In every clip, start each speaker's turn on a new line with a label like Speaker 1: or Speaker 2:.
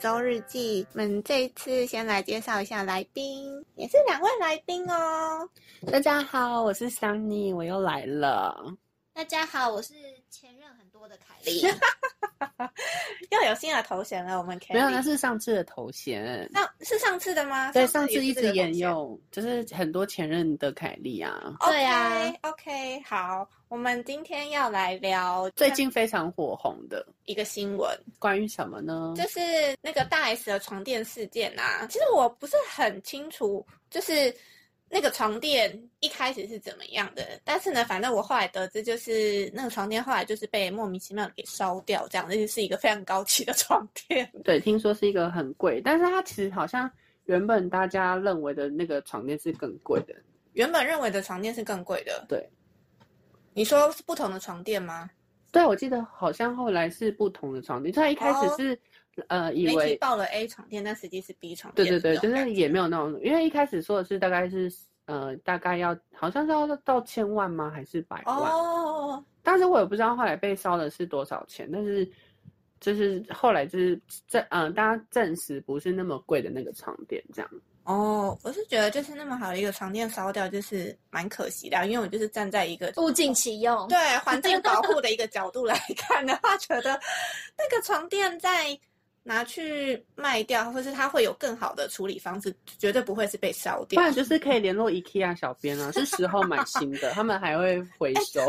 Speaker 1: 周日记。我们这一次先来介绍一下来宾，也是两位来宾哦。
Speaker 2: 大家好，我是 Sunny，我又来了。
Speaker 3: 大家好，我是前任很多的凯 莉。
Speaker 1: 又有新的头衔了，我们 k
Speaker 2: 没有，那是上次的头衔。
Speaker 1: 上是上次的吗？
Speaker 2: 对，上次一
Speaker 1: 也是这
Speaker 2: 直
Speaker 1: 个
Speaker 2: 沿
Speaker 1: 头衔。
Speaker 2: 用，就是很多前任的凯莉啊，
Speaker 1: OK，
Speaker 3: 对啊
Speaker 1: OK，好，我们今天要来聊
Speaker 2: 最近非常火红的，
Speaker 1: 一个新闻，
Speaker 2: 关于什么呢？
Speaker 1: 就是那个大 S 的床垫事件啊。其实我不是很清楚，就是那个床垫一开始是怎么样的，但是呢，反正我后来得知，就是那个床垫后来就是被莫名其妙地给烧掉，这样，那就是一个非常高级的床垫。
Speaker 2: 对，听说是一个很贵，但是它其实好像原本大家认为的那个床垫是更贵的。
Speaker 1: 原本认为的床垫是更贵的，
Speaker 2: 对。
Speaker 1: 你说是不同的床垫吗？
Speaker 2: 对，我记得好像后来是不同的床垫，它一开始是、呃以
Speaker 1: 哦媒体
Speaker 2: 为
Speaker 1: 报了 A 床垫，但实际是 B 床
Speaker 2: 对
Speaker 1: 垫。
Speaker 2: 对对，
Speaker 1: 这
Speaker 2: 就
Speaker 1: 种感
Speaker 2: 是
Speaker 1: 觉
Speaker 2: 也没有那种，因为一开始说的是大概是呃大概要好像是要到千万吗？还是百万？
Speaker 1: 哦，
Speaker 2: 但是我也不知道后来被烧的是多少钱，但是就是后来就是证嗯、大家证实不是那么贵的那个床垫这样。
Speaker 1: 哦，我是觉得就是那么好的一个床垫烧掉，就是蛮可惜的啊，因为我就是站在一个
Speaker 3: 物尽其用。
Speaker 1: 对环境保护的一个角度来看的话，觉得那个床垫再拿去卖掉，或是它会有更好的处理方式，绝对不会是被烧
Speaker 2: 不
Speaker 1: 掉。
Speaker 2: 然就是可以联络 IKEA 小编啊，是时候买新的，他们还会回收。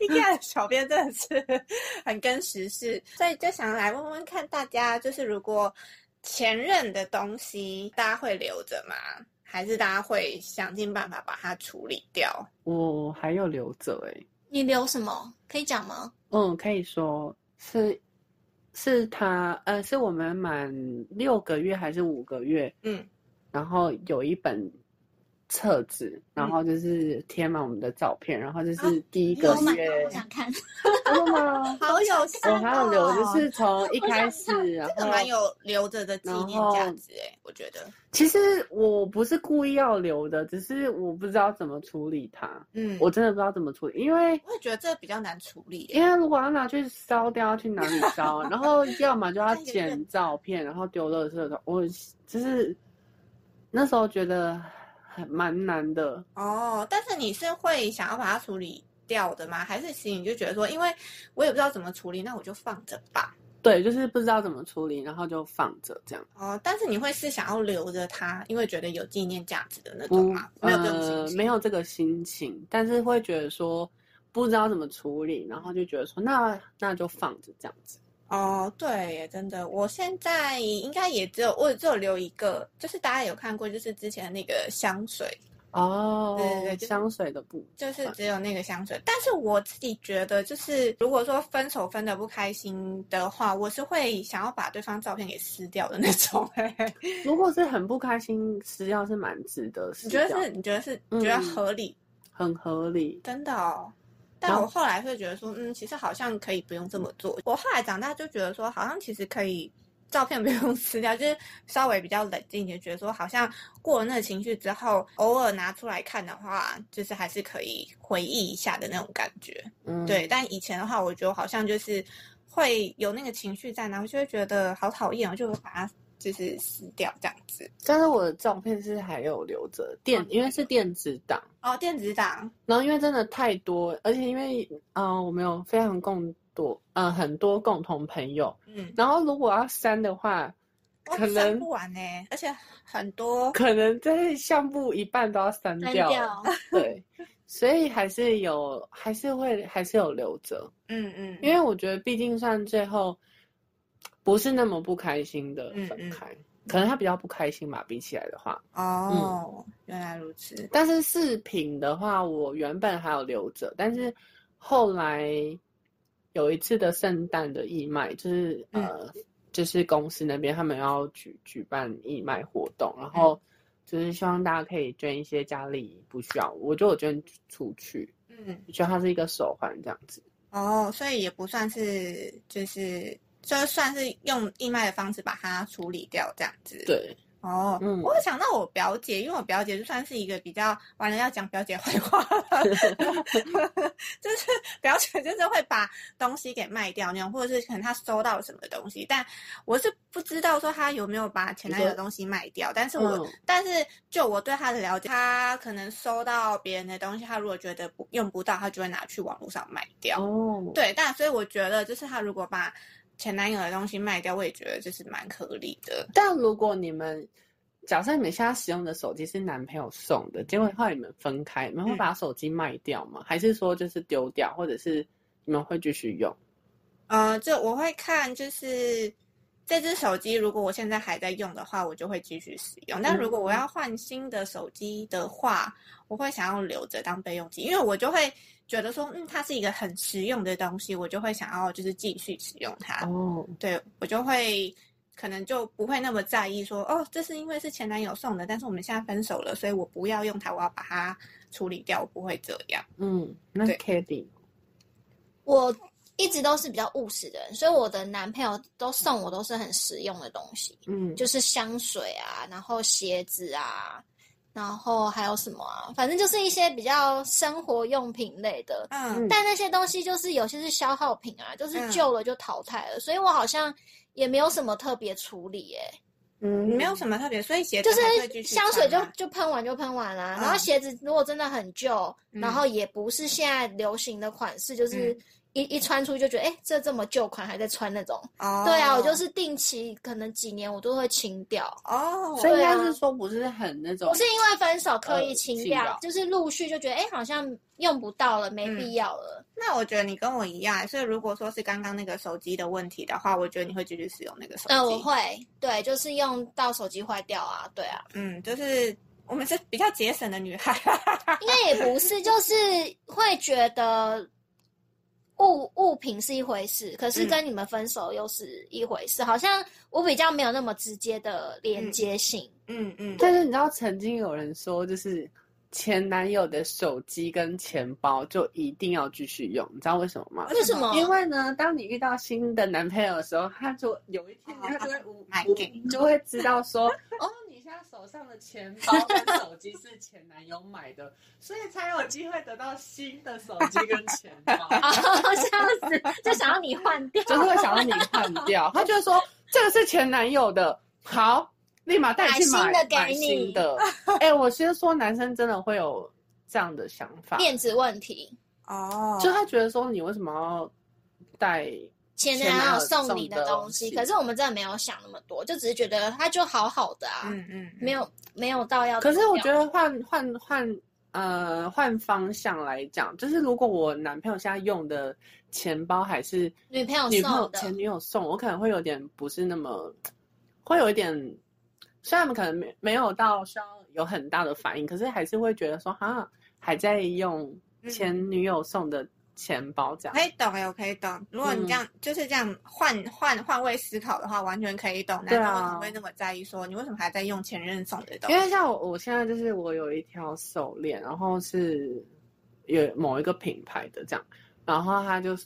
Speaker 1: 一看小编真的是很跟时事，所以就想来问问看大家，就是如果前任的东西，大家会留着吗？还是大家会想尽办法把它处理掉？
Speaker 2: 我还有留着哎、
Speaker 3: 你留什么？可以讲吗？
Speaker 2: 嗯，可以说是是他呃，是我们满六个月还是五个月，
Speaker 1: 嗯，
Speaker 2: 然后有一本册子，然后就是贴满我们的照片，然后这是第一个
Speaker 3: 我买
Speaker 2: 月，
Speaker 3: 过，我想看。
Speaker 2: 真的吗？
Speaker 1: 好有
Speaker 2: 我
Speaker 1: 心
Speaker 2: 还有留，
Speaker 1: 哦
Speaker 2: 就是从一开始，然
Speaker 1: 这个
Speaker 2: 后
Speaker 1: 蛮有留着的纪念价值哎、我觉得，
Speaker 2: 其实我不是故意要留的，只是我不知道怎么处理它，
Speaker 1: 嗯，
Speaker 2: 我真的不知道怎么处理，因为。
Speaker 1: 我也觉得这比较难处理耶、
Speaker 2: 因为如果要拿去烧掉，要去哪里烧？然 后要么就要剪照片，然后丢垃圾桶。我就是那时候觉得很蛮难的。
Speaker 1: 哦，但是你是会想要把它处理掉的吗？还是其实你就觉得说，因为我也不知道怎么处理，那我就放着吧。
Speaker 2: 对，就是不知道怎么处理，然后就放着这样。
Speaker 1: 哦，但是你会是想要留着它，因为觉得有纪念价值的那种
Speaker 2: 不
Speaker 1: 吗？，没有这种心
Speaker 2: 呃，
Speaker 1: 情，
Speaker 2: 没有这个心情，但是会觉得说不知道怎么处理，然后就觉得说那那就放着这样子。
Speaker 1: 哦，对耶，真的，我现在应该也只有我只有留一个，就是大家有看过，就是之前那个香水，
Speaker 2: 哦，
Speaker 1: 对对对就是
Speaker 2: 香水的部
Speaker 1: 就是只有那个香水。但是我自己觉得，就是如果说分手分的不开心的话，我是会想要把对方照片给撕掉的那种。欸嘿嘿
Speaker 2: 如果是很不开心，吃掉是蛮值得嗯吃
Speaker 1: 你觉
Speaker 2: 掉，
Speaker 1: 得是？你觉得是？
Speaker 2: 嗯
Speaker 1: 你觉得合理？
Speaker 2: 很合理。
Speaker 1: 真的哦。但
Speaker 2: 然后
Speaker 1: 我后来会觉得说，嗯，其实好像可以不用这么做。我后来长大就觉得说，好像其实可以照片不用 撕掉，就是稍微比较冷静一点，觉得说好像过了那个情绪之后，偶尔拿出来看的话，就是还是可以回忆一下的那种感觉。
Speaker 2: 嗯，
Speaker 1: 对，但以前的话，我觉得我好像就是会有那个情绪在，然后就会觉得好讨厌，我哦就会把它就是撕掉这样子。
Speaker 2: 但是我的照片是还有留着电，因为是电子档，
Speaker 1: 哦，电子档，
Speaker 2: 然后因为真的太多，而且因为嗯、呃我们有非常共多嗯、呃很多共同朋友，
Speaker 1: 嗯，
Speaker 2: 然后如果要删的话，
Speaker 1: 哇
Speaker 2: 可
Speaker 1: 删
Speaker 2: 能
Speaker 1: 不完呢、而且很多。
Speaker 2: 可能在相簿一半都要删
Speaker 3: 删
Speaker 2: 掉，
Speaker 3: 掉。
Speaker 2: 对，所以还是有还是会还是有留着，
Speaker 1: 嗯嗯，
Speaker 2: 因为我觉得毕竟算最后不是那么不开心的分开，可能他比较不开心吧，比起来的话，
Speaker 1: 哦，
Speaker 2: 嗯
Speaker 1: 原来如此。
Speaker 2: 但是饰品的话，我原本还有留着，但是后来有一次的圣诞的义卖，就是、
Speaker 1: 嗯
Speaker 2: 呃，就是公司那边他们要举举办义卖活动，然后就是希望大家可以捐一些家里不需要，我就有捐出去，
Speaker 1: 嗯，
Speaker 2: 觉得它是一个手环这样子。
Speaker 1: 哦，所以也不算是就是。就算是用义卖的方式把它处理掉，这样子。
Speaker 2: 对，
Speaker 1: 哦，
Speaker 2: 嗯
Speaker 1: 我有想到我表姐，因为我表姐就算是一个比较完了要讲表姐坏话， 就是表姐就是会把东西给卖掉那种，或者是可能她收到什么东西，但我是不知道说她有没有把前男友的东西卖掉，但是我、
Speaker 2: 嗯
Speaker 1: 但是就我对她的了解，她可能收到别人的东西，她如果觉得不用不到，她就会拿去网络上卖掉。
Speaker 2: 哦，
Speaker 1: 对，但所以我觉得就是她如果把前男友的东西卖掉，我也觉得就是蛮合理的。
Speaker 2: 但如果你们假设你们现在使用的手机是男朋友送的，结果后来你们分开，你们会把手机卖掉吗？还是说就是丢掉，或者是你们会继续用？
Speaker 1: 呃，就我会看，就是这只手机，如果我现在还在用的话，我就会继续使用。但如果
Speaker 3: 嗯
Speaker 1: 我要换新的手机的话，我会想要留着当备用机，因为我就会觉得说，嗯，它是一个很实用的东西，我就会想要就是继续使用它。
Speaker 2: 哦，
Speaker 1: 对我就会可能就不会那么在意说，哦，这是因为是前男友送的，但是我们现在分手了，所以我不要用它，我要把它处理掉，我不会这样。
Speaker 2: 嗯，那
Speaker 1: 对
Speaker 2: k a t i e
Speaker 3: 我一直都是比较务实的人，所以我的男朋友都送我都是很实用的东西，
Speaker 2: 嗯，
Speaker 3: 就是香水啊，然后鞋子啊，然后还有什么啊，反正就是一些比较生活用品类的。
Speaker 1: 嗯
Speaker 2: 嗯
Speaker 3: 但那些东西就是有些是消耗品啊，就是
Speaker 1: 嗯
Speaker 3: 旧了就淘汰了，所以我好像也没有什么特别处理、耶。
Speaker 2: 嗯
Speaker 1: 没有什么特别，所以鞋子
Speaker 3: 就
Speaker 1: 还会继
Speaker 3: 是
Speaker 1: 续
Speaker 3: 香水就
Speaker 1: 穿吗
Speaker 3: 就喷完就喷完啦、
Speaker 1: 嗯
Speaker 3: 然后鞋子如果真的很旧，
Speaker 1: 嗯
Speaker 3: 然后也不是现在流行的款式，就是一、一穿出就觉得，哎、这这么旧款还在穿那种。
Speaker 1: 哦，
Speaker 3: 对啊，我就是定期可能几年我都会清掉。
Speaker 1: 哦，
Speaker 2: 所以应
Speaker 3: 对啊
Speaker 2: 该是说不是很那种，
Speaker 3: 我是因为分手刻意清掉，
Speaker 2: 呃清掉
Speaker 3: 就是陆续就觉得，哎、好像用不到了，
Speaker 1: 嗯
Speaker 3: 没必要了。
Speaker 1: 那我觉得你跟我一样，所以如果说是刚刚那个手机的问题的话，我觉得你会继续使用那个手机。
Speaker 3: 嗯、我，会，对，就是用到手机坏掉啊，对啊，
Speaker 1: 嗯，就是我们是比较节省的女孩。
Speaker 3: 应该也不是，就是会觉得物物品是一回事，可是
Speaker 1: 嗯
Speaker 3: 跟你们分手又是一回事，好像我比较没有那么直接的连接性。
Speaker 1: 嗯嗯，
Speaker 2: 但是你知道，曾经有人说，就是前男友的手机跟钱包就一定要继续用，你知道为什么吗？
Speaker 3: 为什么？
Speaker 2: 因为呢，当你遇到新的男朋友的时候，他就有一天
Speaker 1: 哦
Speaker 2: 他就会无
Speaker 1: 买给
Speaker 2: 无就会知道说，哦，你现在手上的钱包跟手机是前男友买的，所以才有机会得到新的手机跟钱包，
Speaker 3: 啊，这样子就想要你换掉，
Speaker 2: 就是会想让你换掉。他就会说这个是前男友的，好，立马带你去买
Speaker 3: 买新的给
Speaker 2: 买
Speaker 3: 你
Speaker 2: 新的。哎、我先说，男生真的会有这样的想法，
Speaker 3: 面子问题。
Speaker 1: 哦，
Speaker 2: 就他觉得说你为什么要带？
Speaker 3: 前
Speaker 2: 前男
Speaker 3: 男
Speaker 2: 友
Speaker 3: 友送你
Speaker 2: 送的
Speaker 3: 东西，
Speaker 2: 东西
Speaker 3: 可是我们真的没有想那么多，就只是觉得它就好好的啊，
Speaker 1: 嗯嗯，
Speaker 3: 没有没有到要丢
Speaker 2: 可
Speaker 3: 掉。
Speaker 2: 是我觉得换换换呃换方向来讲，就是如果我男朋友现在用的钱包还是
Speaker 3: 女朋友
Speaker 2: 女朋友
Speaker 3: 送的
Speaker 2: 前女友送，我可能会有点不是那么，会有一点，虽然可能没没有到需要有很大的反应，可是还是会觉得说哈还在用
Speaker 1: 嗯
Speaker 2: 前女友送的钱包这
Speaker 1: 我
Speaker 2: 样。
Speaker 1: 可以懂哎，我可以懂。如果你这样、就是这样换换换位思考的话，完全可以懂。
Speaker 2: 嗯对啊
Speaker 1: 男生为什么会那么在意说你为什么还在用前任送的东西
Speaker 2: 因？为像我，我现在就是我有一条手链，然后是有某一个品牌的这样，然后他就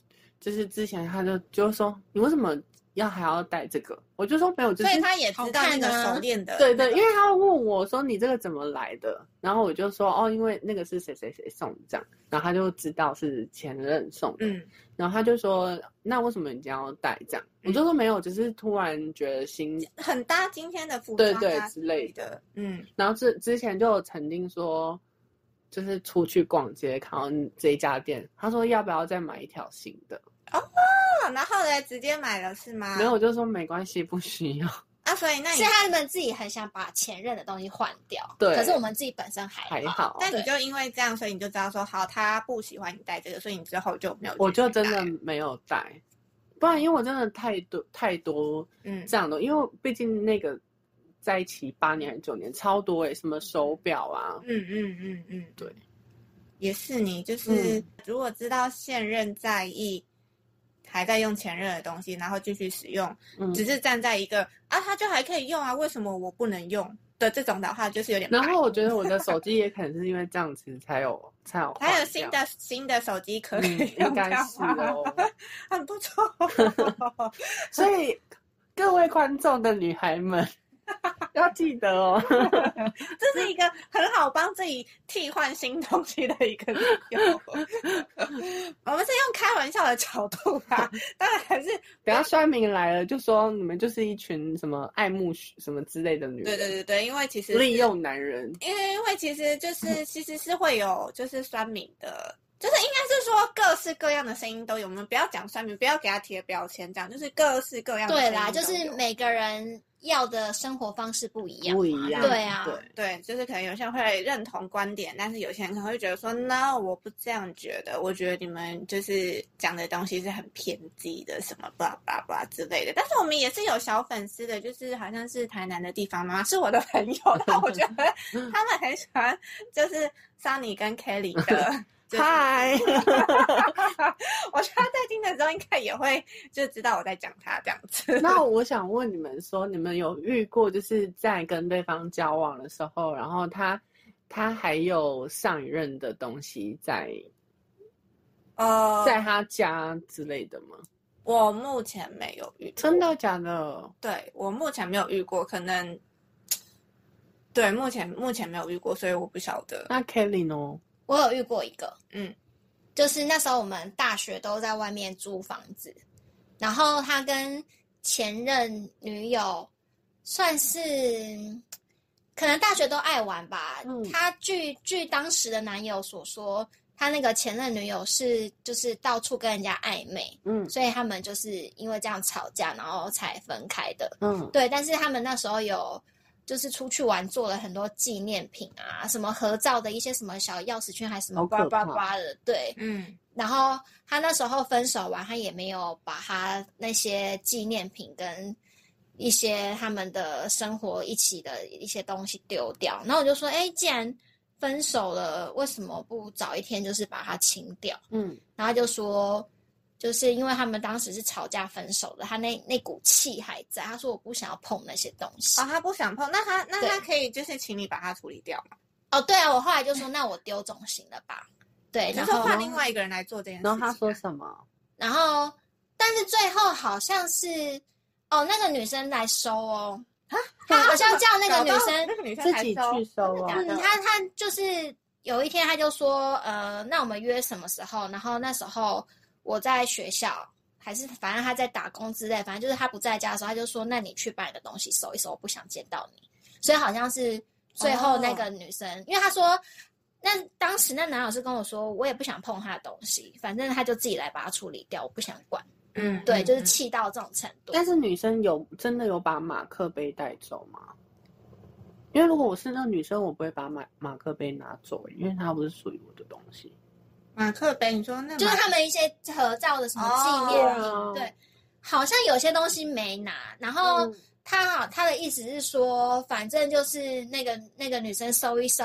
Speaker 2: 就是之前他就就说你为什么要还要戴这个？我就说没有，就
Speaker 1: 所以
Speaker 2: 是
Speaker 1: 他也知道那
Speaker 3: 好看
Speaker 1: 个
Speaker 3: 啊
Speaker 1: 手链的，
Speaker 2: 对对，因为他会问我说你这个怎么来的，然后我就说哦，因为那个是谁谁谁送的这样，然后他就知道是前任送的，
Speaker 1: 嗯
Speaker 2: 然后他就说那为什么你今天要戴这样？我就说没有，只是突然觉得心
Speaker 1: 很搭今天的服装
Speaker 2: 对
Speaker 1: 啊
Speaker 2: 对之类的。
Speaker 1: 的，嗯
Speaker 2: 然后之之前就有曾经说，就是出去逛街看到这一家店，他说要不要再买一条新的？
Speaker 1: 啊，然后嘞直接买了是吗？
Speaker 2: 没有，我就说没关系，不需要，
Speaker 1: 啊，所以那
Speaker 3: 是
Speaker 1: 你
Speaker 3: 他们自己很想把前任的东西换掉，
Speaker 2: 对
Speaker 3: 可是我们自己本身还
Speaker 2: 还
Speaker 3: 好，
Speaker 2: 好。
Speaker 1: 但你就因为这样，所以你就知道说，好，他不喜欢你戴这个，所以你之后就没有。
Speaker 2: 我就真的，没有带，不然因为我真的太多太多
Speaker 1: 嗯，
Speaker 2: 这样的，因为毕竟那个在一起八年还是九年，超多诶、欸什么手表啊，
Speaker 1: 嗯嗯嗯嗯，
Speaker 2: 对，嗯
Speaker 1: 也是你，就是、如果知道现任在意，还在用前任的东西，然后继续使用，
Speaker 2: 嗯，
Speaker 1: 只是站在一个啊，他就还可以用啊，为什么我不能用的这种的话，就是有点白。
Speaker 2: 然后我觉得我的手机也可能是因为这样子才有才有
Speaker 1: 还有
Speaker 2: 换
Speaker 1: 新
Speaker 2: 掉，
Speaker 1: 的新的手机可
Speaker 2: 嗯，
Speaker 1: 以
Speaker 2: 应
Speaker 1: 用
Speaker 2: 该
Speaker 1: 掉
Speaker 2: 是
Speaker 1: 吗？
Speaker 2: 哦。
Speaker 1: 很不错。
Speaker 2: 所以各位观众的女孩们， 要记得哦。
Speaker 1: 这是一个很好帮自己替换新东西的一个理由。我们是用开玩笑的角度 吧，当然还是
Speaker 2: 不要酸民来了就说你们就是一群什么爱慕什么之类的女人，
Speaker 1: 对对对对，因为其实
Speaker 2: 利用男人。
Speaker 1: 因为因为其实 就是其实是会有就是酸民的，就是应该是说各式各样的声音都有。我们不要讲酸民，不要给他贴标签，这样就是各式各样的声
Speaker 3: 对
Speaker 1: 音
Speaker 3: 啦，
Speaker 1: 都
Speaker 3: 就
Speaker 1: 有
Speaker 3: 是每个人要的生活方式不一样嘛，
Speaker 2: 不一样
Speaker 3: 对啊，
Speaker 2: 对
Speaker 1: 对，就是可能有些人会认同观点，但是有些人可能会觉得说，no，我不这样觉得，我觉得你们就是讲的东西是很偏激的，什么吧吧吧之类的。但是我们也是有小粉丝的，就是好像是台南的地方妈是我的朋友，但我觉 得他们很喜欢，就是桑尼跟 Kelly 的。就是
Speaker 2: 嗨，
Speaker 1: 我觉得他在听的时候应该也会就知道我在讲他这样子。
Speaker 2: 那我想问你们说，你们有遇过就是在跟对方交往的时候，然后他他还有上一任的东西在
Speaker 1: 呃，
Speaker 2: 在他家之类的吗？
Speaker 1: 哦我目前没有遇，
Speaker 2: 真的假的？
Speaker 1: 对我目前没有遇过，可能对目前目前没有遇过，所以我不晓得。
Speaker 2: 那 Kelly 呢？
Speaker 3: 我有遇过一个，
Speaker 1: 嗯，
Speaker 3: 就是那时候我们大学都在外面租房子，然后他跟前任女友算是可能大学都爱玩吧。
Speaker 2: 嗯
Speaker 3: 他据据当时的男友所说，他那个前任女友是就是到处跟人家暧昧，
Speaker 2: 嗯
Speaker 3: 所以他们就是因为这样吵架，然后才分开的。
Speaker 2: 嗯，
Speaker 3: 对，但是他们那时候有就是出去玩，做了很多纪念品啊，什么合照的一些什么小钥匙圈，还什么
Speaker 2: 好
Speaker 3: 叭
Speaker 2: 可
Speaker 3: 叭
Speaker 2: 怕
Speaker 3: 叭的，对。
Speaker 1: 嗯，
Speaker 3: 然后他那时候分手完，他也没有把他那些纪念品跟一些他们的生活一起的一些东西丢掉。然后我就说，哎，既然分手了，为什么不早一天就是把它清掉？
Speaker 2: 嗯，
Speaker 3: 然后他就说，就是因为他们当时是吵架分手的，他那那股气还在。他说我不想要碰那些东西。
Speaker 1: 哦，他不想碰，那他那
Speaker 3: 对
Speaker 1: 他可以就是请你把它处理掉嘛，
Speaker 3: 哦，对啊，我后来就说那我丢总行了吧？对，
Speaker 1: 就
Speaker 3: 然
Speaker 1: 是
Speaker 3: 后
Speaker 1: 换另外一个人来做这件事情
Speaker 2: 然
Speaker 1: 啊。
Speaker 2: 后他说什么？
Speaker 3: 然后，但是最后好像是哦，那个女生来收哦，
Speaker 1: 他
Speaker 3: 好像叫那个
Speaker 1: 啊找
Speaker 3: 女
Speaker 1: 到
Speaker 3: 生
Speaker 1: 那个女生
Speaker 2: 自
Speaker 1: 才
Speaker 2: 己
Speaker 1: 收
Speaker 2: 去
Speaker 1: 真
Speaker 2: 收
Speaker 1: 的
Speaker 2: 哦
Speaker 1: 假
Speaker 3: 嗯
Speaker 1: 的，
Speaker 3: 他他就是有一天他就说，呃，那我们约什么时候？然后那时候我在学校，还是反正他在打工之类，反正就是他不在家的时候，他就说，那你去把你的东西收一收，我不想见到你。所以好像是最后那
Speaker 1: 哦
Speaker 3: 个女生，因为他说。那当时那男老师跟我说，我也不想碰他的东西，反正他就自己来把它处理掉，我不想管。
Speaker 1: 嗯，嗯
Speaker 3: 对，就是
Speaker 1: 嗯
Speaker 3: 气到这种程度。
Speaker 2: 但是女生有真的有把马克杯带走吗？因为如果我是那个女生，我不会把马马克杯拿走，欸因为它不是属于我的东西。
Speaker 1: 马克杯，你说那
Speaker 3: 就是
Speaker 1: 马
Speaker 3: 他们一些合照的什么
Speaker 1: 哦
Speaker 3: 纪念品，
Speaker 2: 啊
Speaker 3: 对，好像有些东西没拿。然后
Speaker 2: 嗯
Speaker 3: 他好，他的意思是说，反正就是那个那个女生收一收，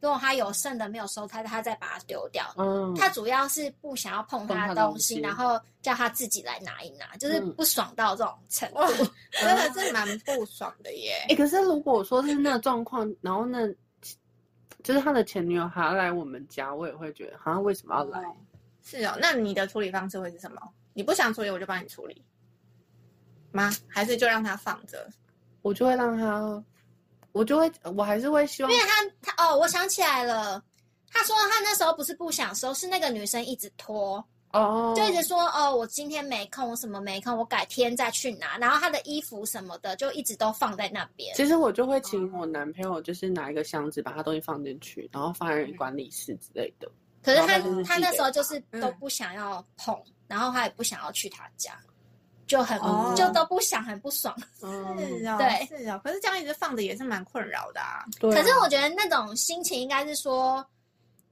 Speaker 3: 如果她有剩的没有收，她她再把它丢掉。
Speaker 2: 嗯，
Speaker 3: 他主要是不想要碰她
Speaker 2: 碰她
Speaker 3: 的
Speaker 2: 的
Speaker 3: 东
Speaker 2: 东
Speaker 3: 西，
Speaker 2: 西
Speaker 3: 然后叫她自己来拿一拿，就是
Speaker 2: 嗯哦
Speaker 3: 不爽到这种程度。
Speaker 1: 哇，真的
Speaker 3: 呃
Speaker 1: 是蛮不爽的耶
Speaker 2: 哎、。可是如果说是那个状况，然后那就是他的前女友还要来我们家，我也会觉得，好像为什么要来？
Speaker 1: 是哦，那你的处理方式会是什么？你不想处理，我就帮你处理吗？还是就让他放着？
Speaker 2: 我就会让他，我就会，我还是会希望
Speaker 3: 因为他他哦，我想起来了，他说他那时候不是不想收，是那个女生一直拖。
Speaker 2: 哦，
Speaker 3: 就一直说哦，我今天没空，我什么没空，我改天再去拿。然后他的衣服什么的就一直都放在那边。
Speaker 2: 其实我就会请我男朋友，就是拿一个箱子把他东西放进去，然后放在管理室之类的。
Speaker 3: 可是他
Speaker 2: 然后他嗯就是
Speaker 3: 他
Speaker 2: 寄给
Speaker 3: 那时候就是
Speaker 1: 他
Speaker 3: 都不想要碰，然后他也不想要去他家，就很、
Speaker 1: 哦
Speaker 3: 就都不想，很不爽。
Speaker 1: 是
Speaker 2: 嗯，
Speaker 1: 哦，
Speaker 3: 对嗯
Speaker 1: 是哦。可是这样一直放着也是蛮困扰的啊。
Speaker 2: 对啊。
Speaker 3: 可是我觉得那种心情应该是说，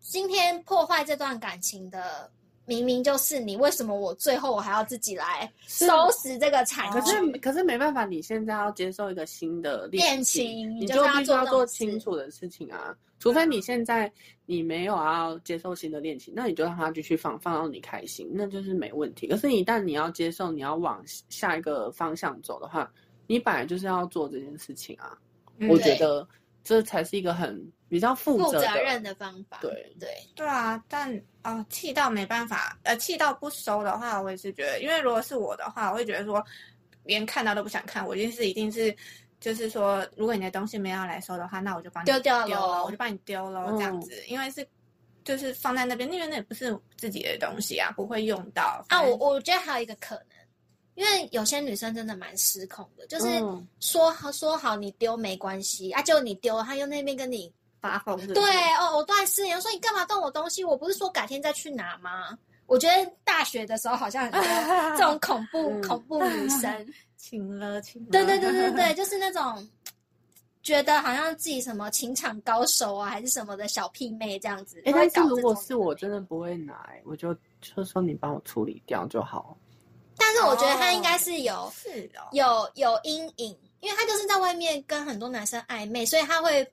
Speaker 3: 今天破坏这段感情的。明明就是你，为什么我最后我还要自己来
Speaker 2: 是
Speaker 3: 收拾这个残局
Speaker 2: 可？是可是没办法，你现在要接受一个新的
Speaker 3: 恋
Speaker 2: 情，
Speaker 3: 情，
Speaker 2: 你
Speaker 3: 就
Speaker 2: 就是必须要
Speaker 3: 这种
Speaker 2: 做
Speaker 3: 事
Speaker 2: 清楚的事情啊。除非你现在你没有要接受新的恋情，那你就让他继续放，放到你开心，那就是没问题。可是，一旦你要接受，你要往下一个方向走的话，你本来就是要做这件事情啊。
Speaker 1: 嗯
Speaker 2: 我
Speaker 3: 对
Speaker 2: 觉得这才是一个很比较负
Speaker 3: 负
Speaker 2: 责
Speaker 3: 责
Speaker 2: 的
Speaker 3: 任的方法。
Speaker 2: 对
Speaker 3: 对，
Speaker 1: 对啊，但啊、呃气到没办法，呃，气到不收的话，我也是觉得，因为如果是我的话，我会觉得说，连看到都不想看，我就是一定是就是说，如果你的东西没有要来收的话，那我就帮你
Speaker 3: 丢掉
Speaker 1: 丢
Speaker 3: 咯
Speaker 1: 了，我就帮你丢了、
Speaker 2: 嗯
Speaker 1: 这样子，因为是就是放在那边，因为那也不是自己的东西啊，不会用到
Speaker 3: 啊，
Speaker 1: 反
Speaker 3: 我
Speaker 1: 正
Speaker 3: 我觉得还有一个可能，因为有些女生真的蛮失控的，就是
Speaker 2: 嗯
Speaker 3: 说好说好你丢没关系啊，就你丢，他又那边跟你
Speaker 1: 发疯是不是
Speaker 3: 对哦，我断誓言说你干嘛动我东西？我不是说改天再去拿吗？我觉得大学的时候好像很多 这种恐怖、
Speaker 2: 嗯
Speaker 3: 恐怖 女生，
Speaker 1: 啊请了，请了，
Speaker 3: 对对对对对，就是那种觉得好像自己什么情场高手啊，还是什么的小屁妹这样子。
Speaker 2: 哎、
Speaker 3: 都会
Speaker 2: 但是
Speaker 3: 搞
Speaker 2: 如
Speaker 3: 这
Speaker 2: 果
Speaker 3: 种
Speaker 2: 是我真的不会拿、欸我就就说你帮我处理掉就好。
Speaker 3: 但是我觉得她应该
Speaker 1: 哦
Speaker 3: 是 有
Speaker 1: 是哦，
Speaker 3: 有有阴影，因为他就是在外面跟很多男生暧昧，所以他会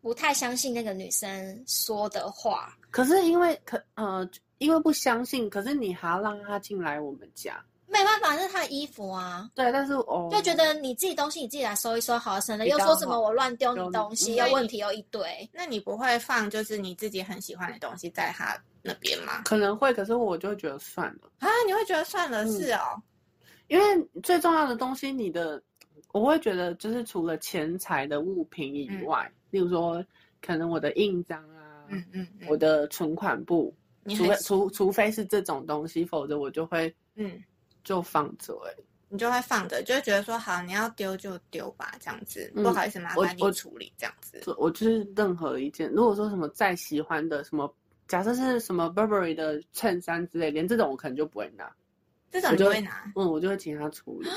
Speaker 3: 不太相信那个女生说的话。
Speaker 2: 可是因为可呃，因为不相信，可是你还要让他进来我们家。
Speaker 3: 没办法，那是他的衣服啊，
Speaker 2: 对，但是哦，
Speaker 3: 就觉得你自己东西你自己来收一收好了，省得
Speaker 2: 比
Speaker 3: 又
Speaker 2: 较
Speaker 3: 说什么
Speaker 2: 好
Speaker 3: 我乱丢
Speaker 2: 有
Speaker 3: 你东西，
Speaker 2: 嗯
Speaker 3: 又问题又一堆。
Speaker 1: 那你不会放就是你自己很喜欢的东西在他那边吗？
Speaker 2: 可能会，可是我就觉得算了，
Speaker 1: 啊，你会觉得算了，
Speaker 2: 嗯
Speaker 1: 是哦，
Speaker 2: 因为最重要的东西，你的我会觉得就是除了钱财的物品以外，例如说可能我的印章啊，
Speaker 1: 嗯嗯，嗯
Speaker 2: 我的存款簿，
Speaker 1: 你
Speaker 2: 除
Speaker 1: 很
Speaker 2: 非除除非是这种东西，否则我就会
Speaker 1: 嗯，
Speaker 2: 就放着、欸。
Speaker 1: 你就会放着，就会觉得说好，你要丢就丢吧，这样子，
Speaker 2: 嗯
Speaker 1: 不好意思，麻
Speaker 2: 我
Speaker 1: 烦
Speaker 2: 我
Speaker 1: 你处理这样子。
Speaker 2: 就我就是任何一件，如果说什么再喜欢的什么，假设是什么 Burberry 的衬衫之类，连这种我可能就不会拿，
Speaker 1: 这种
Speaker 2: 我
Speaker 1: 你
Speaker 2: 就
Speaker 1: 会拿？
Speaker 2: 嗯，我就会请他处理。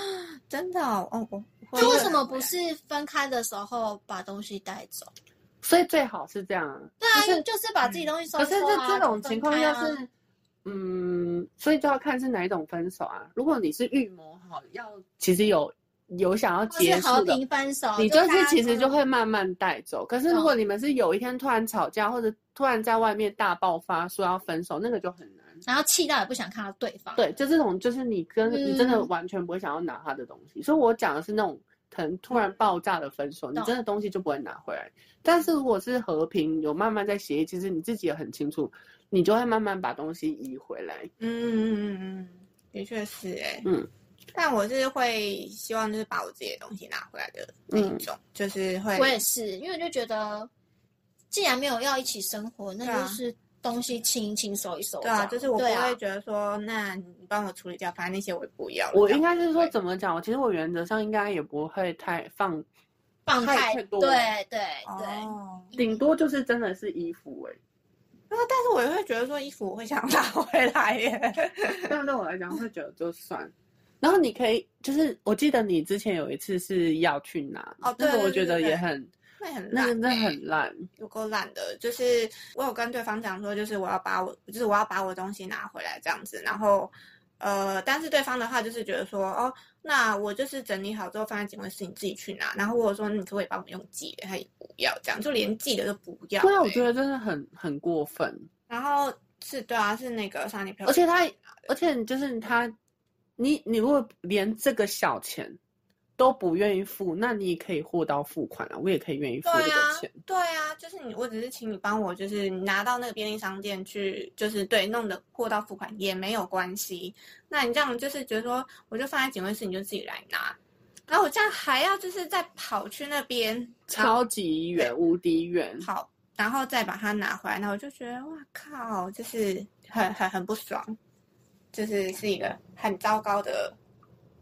Speaker 1: 真的哦，哦我我
Speaker 3: 那为什么不是分开的时候把东西带走？
Speaker 2: 所以最好是这样啊。
Speaker 3: 对啊，就是把自己东西收
Speaker 2: 可
Speaker 3: 一
Speaker 2: 是
Speaker 3: 收
Speaker 2: 这
Speaker 3: 啊
Speaker 2: 这种情况要
Speaker 3: 分开啊
Speaker 2: 是，嗯，所以就要看是哪一种分手啊。如果你是预谋好要，其实有有想要
Speaker 3: 或是
Speaker 2: 结
Speaker 3: 和
Speaker 2: 束的，
Speaker 3: 平分手，
Speaker 2: 你
Speaker 3: 就
Speaker 2: 就是
Speaker 3: 大家
Speaker 2: 其实就
Speaker 3: 嗯
Speaker 2: 会慢慢带走。可是如果你们是有一天突然吵架，或者突然在外面大爆发说要分手，那个就很难。
Speaker 3: 然后气到也不想看到对方。
Speaker 2: 对，就这种，就是你跟、你真的
Speaker 3: 嗯
Speaker 2: 完全不会想要拿他的东西。所以我讲的是那种可能突然爆炸的分手，你
Speaker 3: 懂
Speaker 2: 真的东西就不会拿回来。但是如果是和平，有慢慢在协议，其实你自己也很清楚，你就会慢慢把东西移回来。
Speaker 1: 嗯嗯嗯嗯，的确是哎、
Speaker 2: 嗯，
Speaker 1: 但我是会希望就是把我自己的东西拿回来的那
Speaker 2: 嗯
Speaker 1: 一种，就是会
Speaker 3: 我也是，因为我就觉得，既然没有要一起生活，那
Speaker 1: 对啊
Speaker 3: 就是东西清一清、收一收这
Speaker 1: 对
Speaker 3: 样。
Speaker 1: 啊，就是我不
Speaker 3: 对啊
Speaker 1: 会觉得说，那你帮我处理掉，反正那些我也不要了。
Speaker 2: 我
Speaker 1: 这
Speaker 2: 应
Speaker 1: 样
Speaker 2: 该是说
Speaker 1: 对嗯
Speaker 2: 怎么讲？其实我原则上应该也不会太放，
Speaker 3: 放
Speaker 2: 太
Speaker 3: 太
Speaker 2: 太
Speaker 3: 对
Speaker 2: 多
Speaker 3: 对对。
Speaker 1: 哦，
Speaker 2: 顶多就是真的是衣服哎、
Speaker 1: 然后但是我也会觉得说衣服我会想拿 回来耶。
Speaker 2: 但对我来讲会觉得就 算。然后你可以，就是我记得你之前有一次是要去拿，
Speaker 1: 哦
Speaker 2: 那
Speaker 1: 对
Speaker 2: 个我
Speaker 1: 对对
Speaker 2: 觉得
Speaker 1: 对
Speaker 2: 也很，
Speaker 1: 那很
Speaker 2: 那个
Speaker 1: 烂，
Speaker 2: 真的很烂。
Speaker 1: 有够烂的。就是我有跟对方讲说，就是我要把我，就是我要把我东西拿回来这样子。然后，呃，但是对方的话就是觉得说，哦，那我就是整理好之后放在警卫室，你自己去拿。然后我有说，你可不可以帮我用寄的？他也不要，这样就连寄的都不要。
Speaker 2: 对啊，我
Speaker 1: 欸
Speaker 2: 觉得真的很很过分，
Speaker 1: 然后是对啊，是那个沙尼票，
Speaker 2: 而且他，而且就是他，你你如果连这个小钱都不愿意付，那你也可以货到付款啊，我也可以愿意付
Speaker 1: 对
Speaker 2: 这
Speaker 1: 啊
Speaker 2: 个钱。，
Speaker 1: 对啊，就是你，我只是请你帮我，就是拿到那个便利商店去，就是对弄的货到付款也没有关系。那你这样就是觉得说，我就放在警卫室，你就自己来拿。然后我这样还要就是再跑去那边
Speaker 2: 超级远，无敌远。
Speaker 1: 跑，然后再把它拿回来，那我就觉得哇靠，就是很很很不爽，就是是一个很糟糕的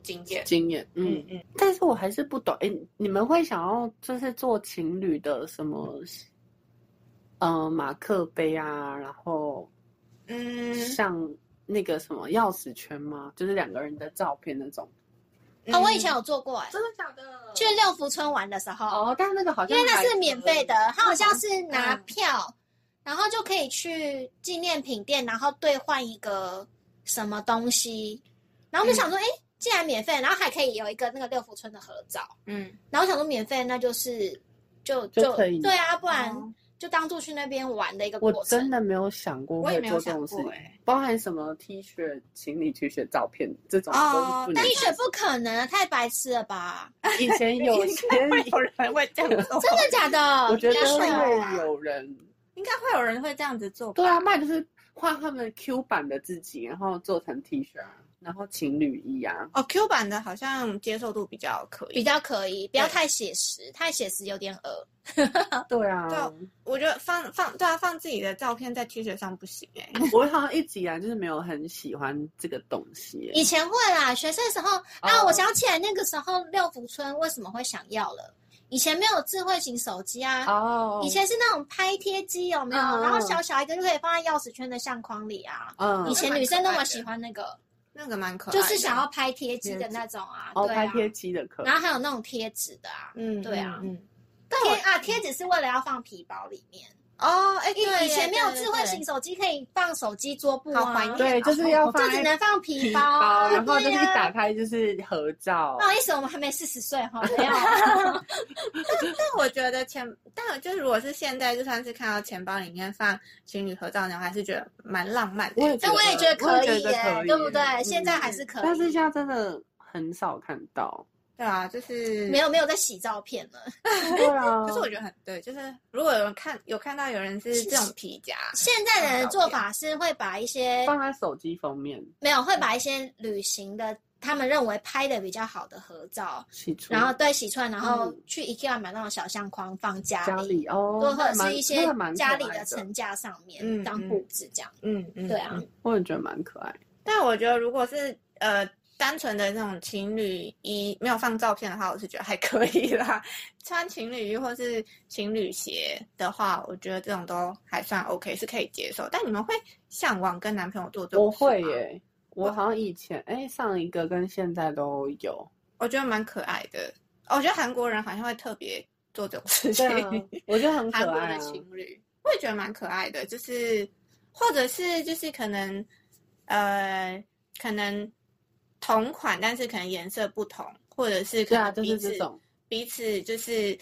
Speaker 1: 经验。
Speaker 2: 经验，嗯
Speaker 1: 嗯，嗯，
Speaker 2: 但是我还是不懂，哎、你们会想要就是做情侣的什么，呃，马克杯啊，然后
Speaker 1: 嗯
Speaker 2: 像那个什么钥匙圈吗？就是两个人的照片那种，
Speaker 1: 嗯
Speaker 3: 啊，我以前有做过哎，
Speaker 2: 真的假的？
Speaker 3: 去六福村玩的时候，
Speaker 2: 哦，但是那个好
Speaker 3: 因
Speaker 2: 像
Speaker 3: 为那
Speaker 2: 还
Speaker 3: 是免费的
Speaker 2: 可以，
Speaker 3: 它好像是拿
Speaker 1: 嗯
Speaker 3: 票，然后就可以去纪念品店，然后兑换一个什么东西，然后
Speaker 1: 嗯
Speaker 3: 我就想说，哎，既然免费，然后还可以有一个那个六福村的合照，
Speaker 1: 嗯，
Speaker 3: 然后我想说免费，那就是就
Speaker 2: 就可以
Speaker 3: 对啊，不然
Speaker 1: 哦
Speaker 3: 就当做去那边玩的一个过
Speaker 2: 我
Speaker 3: 程。
Speaker 2: 真的没有想过欸
Speaker 1: 我
Speaker 2: 会
Speaker 1: 也没有
Speaker 2: 做这
Speaker 1: 想
Speaker 2: 种事
Speaker 1: 过
Speaker 2: 情，
Speaker 3: 欸
Speaker 1: 哎、
Speaker 2: 包含什么 T 恤、情侣 T 恤照片这种
Speaker 1: 哦
Speaker 2: 都不能
Speaker 3: 但
Speaker 1: 但。
Speaker 3: 一雪不可能啊，太白痴了吧？
Speaker 2: 以前 有些，
Speaker 1: 会有人会这样做，
Speaker 3: 真的假的？
Speaker 2: 哦我觉得
Speaker 3: 应该是
Speaker 2: 会
Speaker 3: 吧
Speaker 2: 有人，
Speaker 1: 应该会有人会这样子做吧。
Speaker 2: 对啊，不然就是画他们 Q 版的自己，然后做成 T 恤啊。然后情侣衣啊，
Speaker 1: 哦，Q 版的好像接受度比较可以，
Speaker 3: 比较可以，不要
Speaker 1: 对
Speaker 3: 太写实，太写实有点恶。
Speaker 2: 对啊，
Speaker 1: 对我觉得放放对啊，放自己的照片在 T 恤上不行哎、
Speaker 2: 我好像一直以来就是没有很喜欢这个东西欸耶、
Speaker 3: 以前会啦，学生的时候
Speaker 2: 哦
Speaker 3: 啊，我想起来那个时候六福村为什么会想要了？以前没有智慧型手机啊，
Speaker 2: 哦
Speaker 3: 以前是那种拍贴机有没有？
Speaker 2: 嗯嗯嗯
Speaker 3: 然后小小一个就可以放在钥匙圈的相框里啊。
Speaker 2: 嗯
Speaker 3: 以前女生那么喜欢那个，
Speaker 1: 那个蛮可爱
Speaker 3: 就
Speaker 1: 的，
Speaker 3: 是想要拍贴机的那种啊，
Speaker 2: 哎哦
Speaker 3: 对
Speaker 2: 拍
Speaker 3: 啊。
Speaker 2: 贴机的可以
Speaker 3: 然后还有那种贴纸的啊，
Speaker 1: 嗯，
Speaker 3: 对啊
Speaker 1: 嗯，嗯
Speaker 3: 贴啊贴纸是为了要放皮包里面，
Speaker 1: 哦，哎、
Speaker 3: 因
Speaker 1: 对
Speaker 3: 为以前没有
Speaker 1: 对对
Speaker 3: 智慧
Speaker 1: 对
Speaker 3: 型手机可以放手机桌布
Speaker 1: 好怀
Speaker 3: 啊
Speaker 1: 念，
Speaker 2: 对，哦就是要
Speaker 3: 就
Speaker 2: 放
Speaker 3: 只
Speaker 2: 在
Speaker 3: 能放皮
Speaker 2: 皮
Speaker 3: 包
Speaker 2: 包，
Speaker 3: 啊。
Speaker 2: 然后就是
Speaker 3: 对
Speaker 2: 一
Speaker 3: 啊哦
Speaker 2: 打开就是合照
Speaker 3: 不，好意思，我们还没四十岁哈，没 有。
Speaker 1: 但我觉得钱，但我就是如果是现在，就算是看到钱包里面放情侣合照呢，我还是觉得蛮浪漫的。
Speaker 2: 我也觉
Speaker 3: 但
Speaker 2: 得，
Speaker 3: 我也觉得可
Speaker 2: 我也
Speaker 3: 以
Speaker 2: 觉得可
Speaker 3: 耶，
Speaker 2: 以
Speaker 3: 对不对
Speaker 2: 耶？嗯
Speaker 3: 现在还是可以，
Speaker 2: 但是现在真的很少看到，
Speaker 1: 对啊，就是
Speaker 3: 没有没有在洗照片了。
Speaker 2: 对啊
Speaker 1: 可是我觉得很对，就是如果有人看有看到有人是这种皮夹，
Speaker 3: 现在的人的做法是会把一些
Speaker 2: 放在手机封面
Speaker 3: 没有会把一些旅行的他们认为拍的比较好的合照，
Speaker 2: 洗出，
Speaker 3: 然后对洗出来，然后
Speaker 2: 嗯
Speaker 3: 去 IKEA 买那种小相框放家
Speaker 2: 家
Speaker 3: 里，
Speaker 2: 里哦，
Speaker 3: 或
Speaker 2: 那
Speaker 3: 者
Speaker 2: 蛮
Speaker 3: 是一些
Speaker 2: 那蛮可
Speaker 3: 家里
Speaker 2: 爱
Speaker 3: 的
Speaker 2: 的
Speaker 3: 层架上面
Speaker 1: 嗯
Speaker 3: 当布置这样。
Speaker 1: 嗯嗯，
Speaker 3: 对啊，
Speaker 2: 我也觉得蛮可爱。
Speaker 1: 但我觉得如果是呃单纯的那种情侣衣没有放照片的话，我是觉得还可以啦。穿情侣衣或是情侣鞋的话，我觉得这种都还算 OK，是可以接受。但你们会向往跟男朋友做这种
Speaker 2: 我
Speaker 1: 事
Speaker 2: 会
Speaker 1: 吗，
Speaker 2: 耶，我好像以前哎上一个跟现在都有，
Speaker 1: 我觉得蛮可爱的。哦我觉得韩国人好像会特别做这种事情
Speaker 2: 对。啊，我觉得很
Speaker 1: 韩
Speaker 2: 可
Speaker 1: 国
Speaker 2: 爱
Speaker 1: 的
Speaker 2: 啊。
Speaker 1: 情侣，我也觉得蛮可爱的，就是或者是就是可能呃可能同款，但是可能颜色不同，或者是可
Speaker 2: 对啊，
Speaker 1: 能
Speaker 2: 就
Speaker 1: 彼
Speaker 2: 是
Speaker 1: 此、
Speaker 2: 这种，
Speaker 1: 彼此就是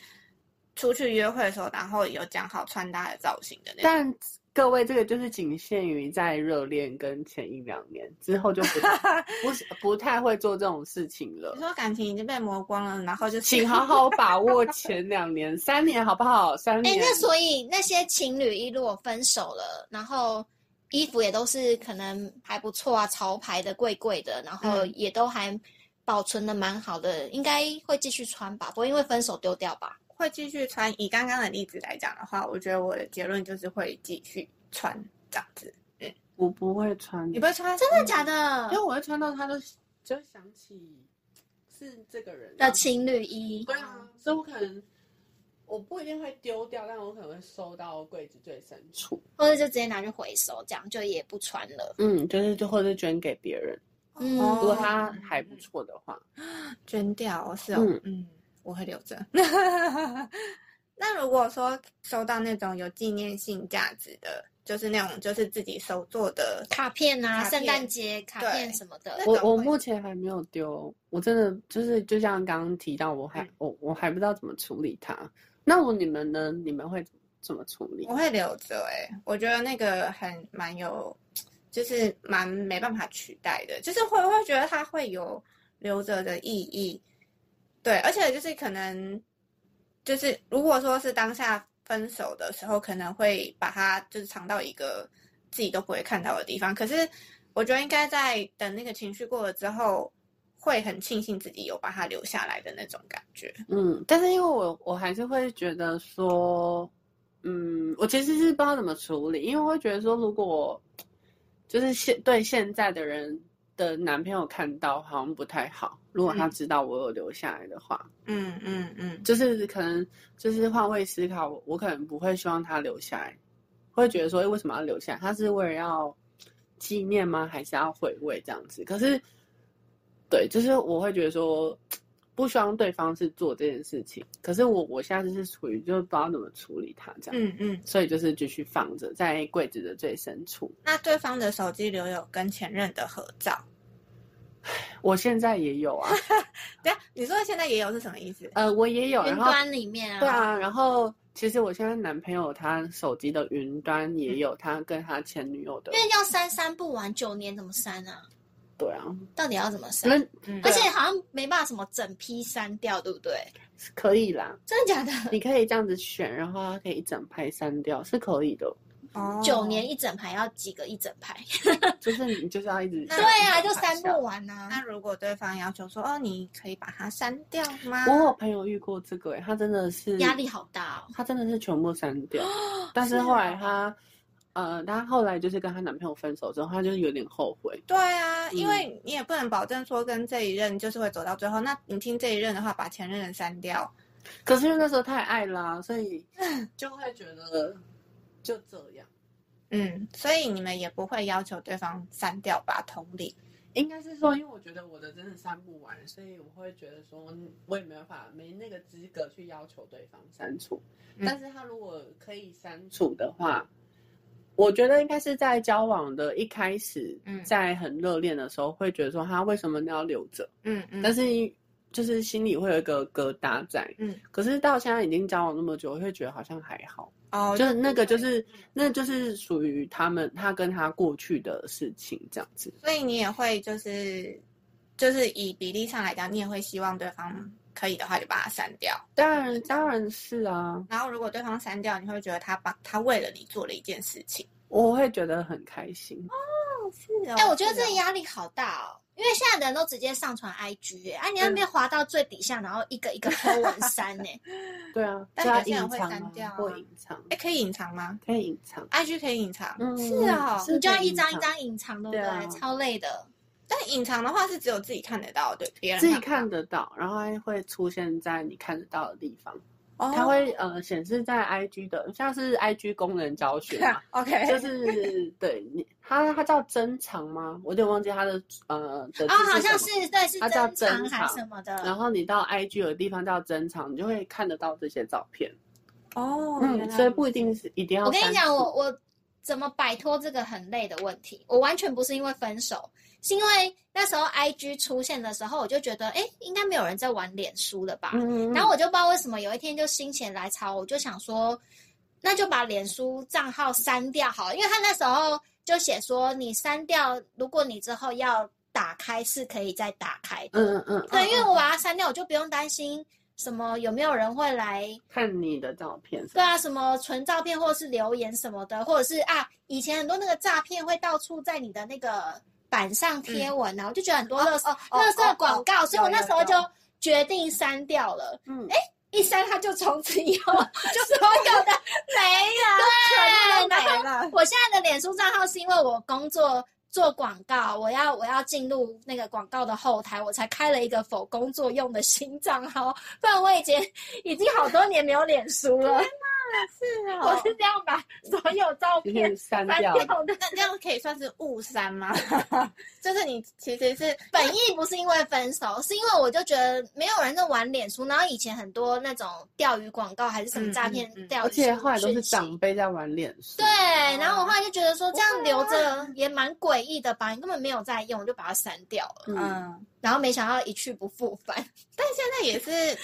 Speaker 1: 出去约会的时候，然后有讲好穿搭的造型的那种。
Speaker 2: 但各位这个就是仅限于在热恋跟前一两年之后就不不是不太会做这种事情了
Speaker 1: 你。说感情已经被磨光了，然后就是
Speaker 2: 请好好把握前两年、三年，好不好？三
Speaker 3: 哎、
Speaker 2: 年。
Speaker 3: 那所以那些情侣一如果分手了，然后衣服也都是可能还不错啊，潮牌的、贵贵的，然后
Speaker 1: 嗯
Speaker 3: 也都还保存的蛮好的，应该会继续穿吧，不会因为分手丢掉吧？
Speaker 1: 会继续穿。以刚刚的例子来讲的话，我觉得我的结论就是会继续穿这样子。
Speaker 2: 我不会穿，
Speaker 1: 你
Speaker 2: 因
Speaker 1: 不会穿
Speaker 3: 真的假的
Speaker 2: 为？我会穿到他就就想起是这个人啊
Speaker 3: 的情侣衣
Speaker 2: 对啊，所以我可能我不一定会丢掉，但我可能会收到柜子最深处。
Speaker 3: 或者就直接拿去回收，这样就也不穿了。
Speaker 2: 嗯，就是就或者捐给别人，
Speaker 3: 嗯
Speaker 1: 哦
Speaker 2: 如果他还不错的话。
Speaker 1: 捐掉哦，是哦，
Speaker 2: 嗯
Speaker 1: 嗯我会留着。 那如果说收到那种有纪念性价值的，就是那种就是自己手做的，
Speaker 3: 卡片啊，
Speaker 1: 卡片
Speaker 3: 圣诞节卡片
Speaker 1: 对
Speaker 3: 什么的
Speaker 1: 那，
Speaker 2: 我
Speaker 1: 种
Speaker 2: 我
Speaker 1: 会
Speaker 2: 目前还没有丢，我真的就是就像刚刚提到，我还、
Speaker 1: 嗯
Speaker 2: 我我还不知道怎么处理它。那我你们呢？你们会怎么处理
Speaker 1: 我？会留着、欸。哎，我觉得那个很蛮有，就是蛮没办法取代的，就是会会觉得它会有留着的意义。对，而且就是可能，就是如果说是当下分手的时候，可能会把它就是藏到一个自己都不会看到的地方。可是我觉得应该在等那个情绪过了之后，会很庆幸自己有把它留下来的那种感觉。
Speaker 2: 嗯，但是因为我我还是会觉得说，嗯，我其实是不知道怎么处理，因为我会觉得说，如果就是现对现在的人的男朋友看到，好像不太好。如果他
Speaker 1: 嗯
Speaker 2: 知道我有留下来的话，
Speaker 1: 嗯嗯嗯，
Speaker 2: 就是可能就是换位思考，我我可能不会希望他留下来，会觉得说，诶为什么要留下来？他是为了要纪念吗？还是要回味这样子？可是，对，就是我会觉得说，不希望对方是做这件事情。可是我我现在就是处于就不知道怎么处理他这样，
Speaker 1: 嗯嗯，
Speaker 2: 所以就是继续放着在柜子的最深处。
Speaker 1: 那对方的手机留有跟前任的合照。
Speaker 2: 我现在也有啊，
Speaker 1: 对啊，你说的现在也有是什么意思？
Speaker 2: 呃，我也有，
Speaker 3: 云
Speaker 2: 然后
Speaker 3: 端里面啊，
Speaker 2: 对，啊，然后其实我现在男朋友他手机的云端
Speaker 3: 嗯
Speaker 2: 也有他跟他前女友的
Speaker 3: 因，为要删删不完，九年怎么删啊？
Speaker 2: 对啊，
Speaker 3: 到底要怎么删？
Speaker 2: 那
Speaker 1: 嗯
Speaker 3: 而且好像没办法什么整批删掉，对不对？
Speaker 2: 可以啦，
Speaker 3: 真的假的？
Speaker 2: 你可以这样子选，然后他可以一整排删掉，是可以的。
Speaker 1: 哦
Speaker 3: 九年一整排要几个一整排？
Speaker 2: 就是你就是要一直
Speaker 1: 那
Speaker 3: 对啊，就删
Speaker 2: 笑
Speaker 3: 不完啊呐、
Speaker 1: 那如果对方要求说，哦，你可以把它删掉吗？
Speaker 2: 我有朋友遇过这个、欸，他真的是
Speaker 3: 压力，好大哦。
Speaker 2: 他真的是全部删掉，但
Speaker 1: 是
Speaker 2: 是
Speaker 1: 哦
Speaker 2: 后来她，呃，她后来就是跟她男朋友分手之后，她就是有点后悔，
Speaker 1: 对啊，因
Speaker 2: 嗯
Speaker 1: 为你也不能保证说跟这一任就是会走到最后。那你听这一任的话，把前任的删掉，
Speaker 2: 可是因为那时候太爱啦、所以
Speaker 3: 嗯
Speaker 2: 就会觉得就这样。
Speaker 1: 嗯，所以你们也不会要求对方删掉吧？同理，
Speaker 2: 应该是说，因为我觉得我的真的删不完，所以我会觉得说，嗯我也没办法，没那个资格去要求对方删除。
Speaker 1: 嗯
Speaker 2: 但是他如果可以删除的话，我觉得应该是在交往的一开始，
Speaker 1: 嗯
Speaker 2: 在很热恋的时候，会觉得说他为什么要留着？
Speaker 1: 嗯嗯，
Speaker 2: 但是就是心里会有一个疙瘩在。
Speaker 1: 嗯，
Speaker 2: 可是到现在已经交往那么久，会觉得好像还好，
Speaker 1: 哦，
Speaker 2: 就是那个就是
Speaker 1: 嗯
Speaker 2: 那就是属于他们他跟他过去的事情这样子。
Speaker 1: 所以你也会就是就是以比例上来讲，你也会希望对方可以的话就把它删掉。
Speaker 2: 当然当然是啊，
Speaker 1: 然后如果对方删掉，你会觉得他把他为了你做了一件事情。
Speaker 2: 我会觉得很开心。
Speaker 1: 是哦，
Speaker 3: 哎、我觉得
Speaker 2: 啊
Speaker 3: 这个压力好大哦，因为现在的人都直接上传 IG，哎、啊，你那边滑到最底下，然后一个一个 po 文删哎呢、
Speaker 2: 对啊，
Speaker 1: 但
Speaker 2: 就要
Speaker 1: 有些人会
Speaker 2: 隐藏
Speaker 1: 删掉
Speaker 2: 啊，
Speaker 1: 啊
Speaker 2: 或隐藏，
Speaker 1: 哎、可以隐藏吗
Speaker 2: 可以隐藏。
Speaker 1: ？IG 可以隐藏，
Speaker 2: 嗯
Speaker 1: 是哦。
Speaker 2: 是
Speaker 3: 你就要
Speaker 2: 可以
Speaker 3: 一张一
Speaker 2: 隐藏
Speaker 3: 张隐藏，对不
Speaker 2: 对
Speaker 3: 对？
Speaker 2: 啊
Speaker 3: 超累的。
Speaker 1: 但隐藏的话是只有自己看得到，对别人
Speaker 2: 自己
Speaker 1: 不到
Speaker 2: 看得到，然后它会出现在你看得到的地方，
Speaker 1: 哦
Speaker 2: 它会呃显示在 IG 的，像是 IG 功能教 学嘛，
Speaker 1: 啊 OK，
Speaker 2: 就是对你，它它叫珍藏吗？我有点忘记它的呃的字
Speaker 3: 哦，好像
Speaker 2: 什
Speaker 3: 是
Speaker 2: 么
Speaker 3: 对，是
Speaker 2: 它叫
Speaker 3: 珍藏
Speaker 2: 珍藏
Speaker 3: 还
Speaker 2: 嗯
Speaker 3: 是什么
Speaker 2: 然
Speaker 3: 的。
Speaker 2: 后你到 IG 有个地方叫珍藏，你就会看得到这些照片。
Speaker 1: 哦，原
Speaker 2: 嗯，
Speaker 1: 来
Speaker 2: 所以不一定是一定要。
Speaker 3: 我跟你讲，我我怎么摆脱这个很累的问题？我完全不是因为分手，是因为那时候 IG 出现的时候，我就觉得，哎、应该没有人在玩脸书了吧？
Speaker 2: 嗯，嗯，
Speaker 3: 然
Speaker 2: 后
Speaker 3: 后我就不知道为什么有一天就心血来潮，我就想说，那就把脸书账号删掉好了，因为他那时候就写说，你删掉，如果你之后要打开是可以再打开的。
Speaker 2: 嗯嗯嗯，
Speaker 3: 对，因为
Speaker 1: 嗯
Speaker 3: 我把它删掉，我就不用担心什么有没有人会来，
Speaker 2: 看你的照片，
Speaker 3: 对啊，什么存照片或者是留言什么的，或者是啊，以前很多那个诈骗会到处在你的那个板上贴文啊，我就觉得很多垃圾、
Speaker 1: 嗯哦哦
Speaker 3: 垃圾广告，
Speaker 1: 哦
Speaker 3: 所以我那时候就
Speaker 1: 有有有
Speaker 3: 决定删掉了。
Speaker 2: 嗯，
Speaker 1: 哎
Speaker 3: 一删他就从此以 后就所有的
Speaker 2: 哎
Speaker 3: 没了。
Speaker 1: 全部都
Speaker 3: 对，
Speaker 1: 没了，
Speaker 3: 我现在的脸书账号是因为我工作做广告，我要我要进入那个广告的后台，我才开了一个否工作用的新账号，不然我已经已经好多年没有脸书了。
Speaker 1: 是
Speaker 2: 哦
Speaker 3: 我是这样把所有照
Speaker 2: 就
Speaker 3: 片
Speaker 2: 是删
Speaker 3: 删
Speaker 2: 掉
Speaker 3: 掉
Speaker 2: 的。
Speaker 3: 的，
Speaker 1: 那这样可以算是误删吗？ 就是你其实是
Speaker 3: 本意不是因为分手，是因为我就觉得没有人在玩脸书，然后以前很多那种钓鱼广告还是什么诈骗
Speaker 1: 嗯嗯嗯
Speaker 3: 钓鱼
Speaker 2: 而
Speaker 3: 讯息，
Speaker 2: 且后来都是长辈在玩脸书。
Speaker 3: 对，然后我后来就觉得说这样留着也蛮诡异的吧，你根本没有在用，我就把它删掉了。
Speaker 2: 嗯，
Speaker 1: 嗯，
Speaker 3: 然后没想到一去不复返，
Speaker 1: 但现在也是，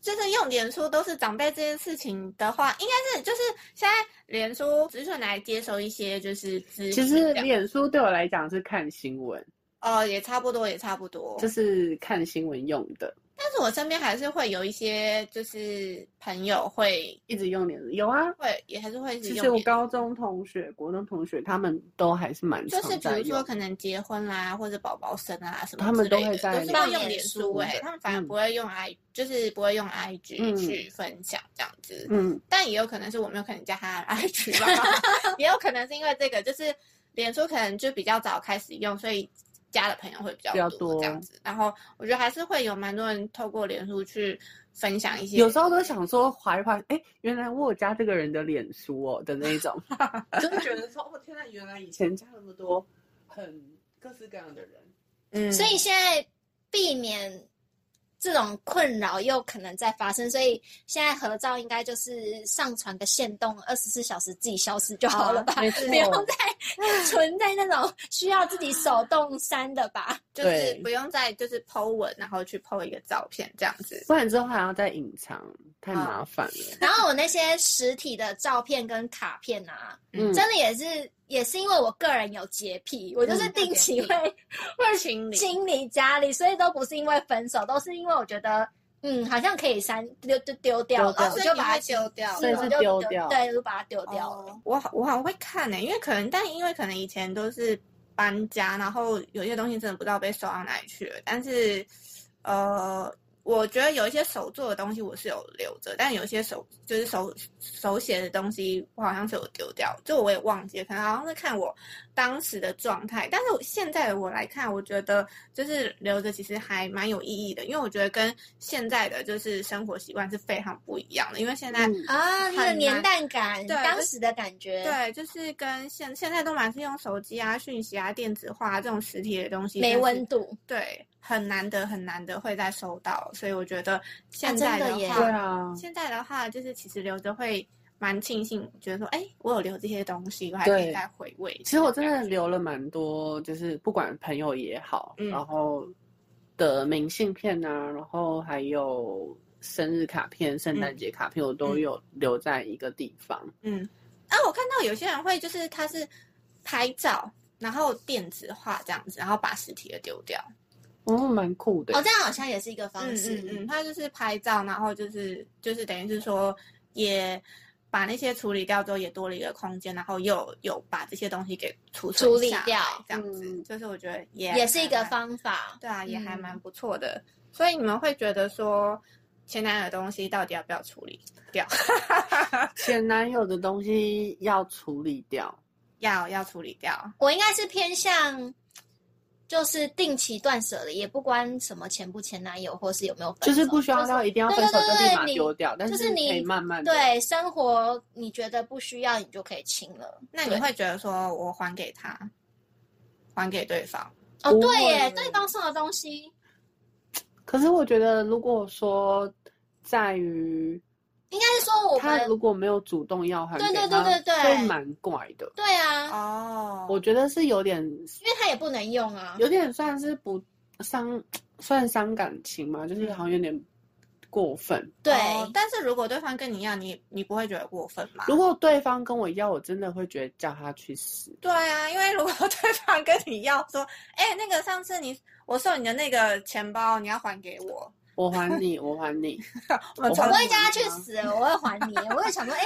Speaker 1: 就是用脸书都是长辈这件事情的话，应该是就是现在脸书只是拿来接收一些就是资
Speaker 2: 其
Speaker 1: 讯
Speaker 2: 实
Speaker 1: 这样，
Speaker 2: 脸书对我来讲是看新闻，
Speaker 1: 哦也差不多也差不
Speaker 2: 哦
Speaker 1: 多，
Speaker 2: 就是看新闻用的，
Speaker 1: 但是我身边还是会有一些就是朋友会
Speaker 2: 一直用脸书有啊。
Speaker 1: 会也还是会
Speaker 2: 其
Speaker 1: 使
Speaker 2: 实
Speaker 1: 用
Speaker 2: 我
Speaker 1: 脸书。
Speaker 2: 高中同学、国中同学他们都还是蛮
Speaker 1: 就是比
Speaker 2: 常在
Speaker 1: 如
Speaker 2: 用
Speaker 1: 说，可能结婚啦，或者宝宝生啊什么之类的，
Speaker 2: 他们都会在
Speaker 1: 都是会用脸书
Speaker 2: 放脸
Speaker 1: 哎、
Speaker 2: 书的
Speaker 1: 他们反而
Speaker 2: 嗯
Speaker 1: 不会用 i，、就是不会用 IG
Speaker 2: 嗯
Speaker 1: 去分享这样子。
Speaker 2: 嗯，
Speaker 1: 但也有可能是我没有可能加他的 IG 吧， 也有可能是因为这个，就是脸书可能就比较早开始用，所以加的朋友会比较
Speaker 2: 比较
Speaker 1: 多
Speaker 2: 多
Speaker 1: 这样子。然后我觉得还是会有蛮多人透过脸书去分享一些，
Speaker 2: 有时候都想说划一划，哎、原来我有加这个人的脸书哦的那一 种，就是觉得说，哦天呐，原来以前加那么多很各式各样的人，
Speaker 1: 嗯，
Speaker 3: 所以现在避免这种困扰又可能再发生，所以现在合照应该就是上传个限动，二十四小时自己消失就好了吧，
Speaker 2: 没错
Speaker 3: 不用再 存在那种需要自己手动删的吧。
Speaker 1: 就是
Speaker 2: 对
Speaker 1: 不用再就是 Po 文，然后去 Po 一个照片这样子。
Speaker 2: 不然之后还要再隐藏，太
Speaker 3: 嗯
Speaker 2: 麻烦 了。
Speaker 3: 然后我那些实体的照片跟卡片啊，
Speaker 2: 嗯，
Speaker 3: 真的也是也是因为我个人有洁癖，我
Speaker 1: 嗯
Speaker 3: 就是定 期会
Speaker 1: 会清理，
Speaker 3: 清理家里，所以都不是因为分手，都是因为我觉得嗯，好像可以删丢丢丢
Speaker 2: 丢
Speaker 3: 掉
Speaker 2: 掉
Speaker 3: 了，我就把它
Speaker 1: 哦所以你会丢掉
Speaker 3: 是
Speaker 2: 所以
Speaker 3: 我
Speaker 2: 是
Speaker 3: 就
Speaker 2: 丢掉哦
Speaker 3: 对，我就把它丢掉了。
Speaker 1: 哦我好我好会看呢、欸因为可能但因为可能以前都是搬家，然后有些东西真的不知道被收到哪里去了。但是呃，我觉得有一些手做的东西我是有留着，但有些手就是手手写的东西，我好像是有丢掉，就我也忘记了，可能好像是看我当时的状态。但是我现在的我来看，我觉得就是留着其实还蛮有意义的，因为我觉得跟现在的就是生活习惯是非常不一样的，因为现在。
Speaker 2: 嗯
Speaker 3: 啊，那个
Speaker 1: 很
Speaker 3: 年
Speaker 1: 难
Speaker 3: 代感，
Speaker 1: 对
Speaker 3: 当
Speaker 1: 就
Speaker 3: 时的感觉，
Speaker 1: 对，就是跟现现在都满是用手机啊、讯息啊、电子化、啊、这种实体的东西，
Speaker 3: 没
Speaker 1: 真是
Speaker 3: 温度。
Speaker 1: 对，很难得很难得会再收到，所以我觉得现
Speaker 3: 啊真
Speaker 1: 在
Speaker 3: 的
Speaker 1: 的
Speaker 3: 耶
Speaker 1: 话，
Speaker 2: 对啊，
Speaker 1: 现在的话就是其实留着会蛮庆幸，觉得说，哎，我有留这些东西，我还可以
Speaker 2: 对
Speaker 1: 再回味一下。
Speaker 2: 其实我真的留了蛮多，就是不管朋友也好，
Speaker 1: 嗯
Speaker 2: 然后的明信片啊，然后还有生日卡片、圣
Speaker 3: 嗯
Speaker 2: 诞节卡片，我都有留在一个地方。
Speaker 1: 嗯，啊，我看到有些人会就是他是拍照，然后电子化这样子，然后把实体的丢掉。
Speaker 2: 哦，蛮酷的。
Speaker 3: 哦，这样好像也是一个方
Speaker 1: 嗯
Speaker 3: 式。
Speaker 1: 嗯嗯，他就是拍照，然后就是就是等于是说也把那些处理掉之后，也多了一个空间，然后又有把这些东西给储存
Speaker 3: 处理
Speaker 1: 下来
Speaker 3: 掉
Speaker 1: 这样子、
Speaker 2: 嗯
Speaker 1: 就是我觉得也
Speaker 3: 也是一个
Speaker 1: 还蛮
Speaker 3: 方法。
Speaker 1: 对啊，也还
Speaker 3: 嗯
Speaker 1: 蛮不错的。所以你们会觉得说前男友的东西到底要不要处理掉？
Speaker 2: 前男友的东西要处理掉，
Speaker 1: 要要处理掉，
Speaker 3: 我应该是偏向，就是定期断舍离，也不关什么前不前男友，或是有没有分手，
Speaker 2: 就是不需要到一定要分手
Speaker 3: 对对
Speaker 2: 就
Speaker 3: 对
Speaker 2: 立马
Speaker 3: 你
Speaker 2: 丢掉，但
Speaker 3: 就是
Speaker 2: 是可
Speaker 3: 你
Speaker 2: 以慢慢地
Speaker 3: 对生活你觉得不需要，你就可以清了。
Speaker 1: 那你
Speaker 3: 对
Speaker 1: 会觉得说我还给他，还给对方？
Speaker 3: 哦，
Speaker 2: 不
Speaker 3: 对耶
Speaker 2: 会，
Speaker 3: 对方送的东西，
Speaker 2: 可是我觉得，如果说在于
Speaker 3: 应该是说我
Speaker 2: 他如
Speaker 3: 们
Speaker 2: 果没有主动要还给
Speaker 3: 对
Speaker 2: 他，
Speaker 3: 对对对对
Speaker 2: 会蛮怪的。
Speaker 3: 对啊，
Speaker 1: 哦，
Speaker 2: 我觉得是有点，
Speaker 3: 因为他也不能用啊。
Speaker 2: 有点算是不伤，算伤感情嘛，就是好像有点过分。
Speaker 3: 对，
Speaker 1: 哦但是如果对方跟你一样，你你不会觉得过分吗？
Speaker 2: 如果对方跟我要，我真的会觉得叫他去死。
Speaker 1: 对啊，因为如果 对方跟你要说，哎、那个上次你我送你的那个钱包，你要还给我，
Speaker 2: 我还你，我还 你，
Speaker 1: 我们
Speaker 2: 我
Speaker 1: 从
Speaker 3: 我不
Speaker 2: 还
Speaker 3: 会叫他去死，我会还你。我会想说，哎，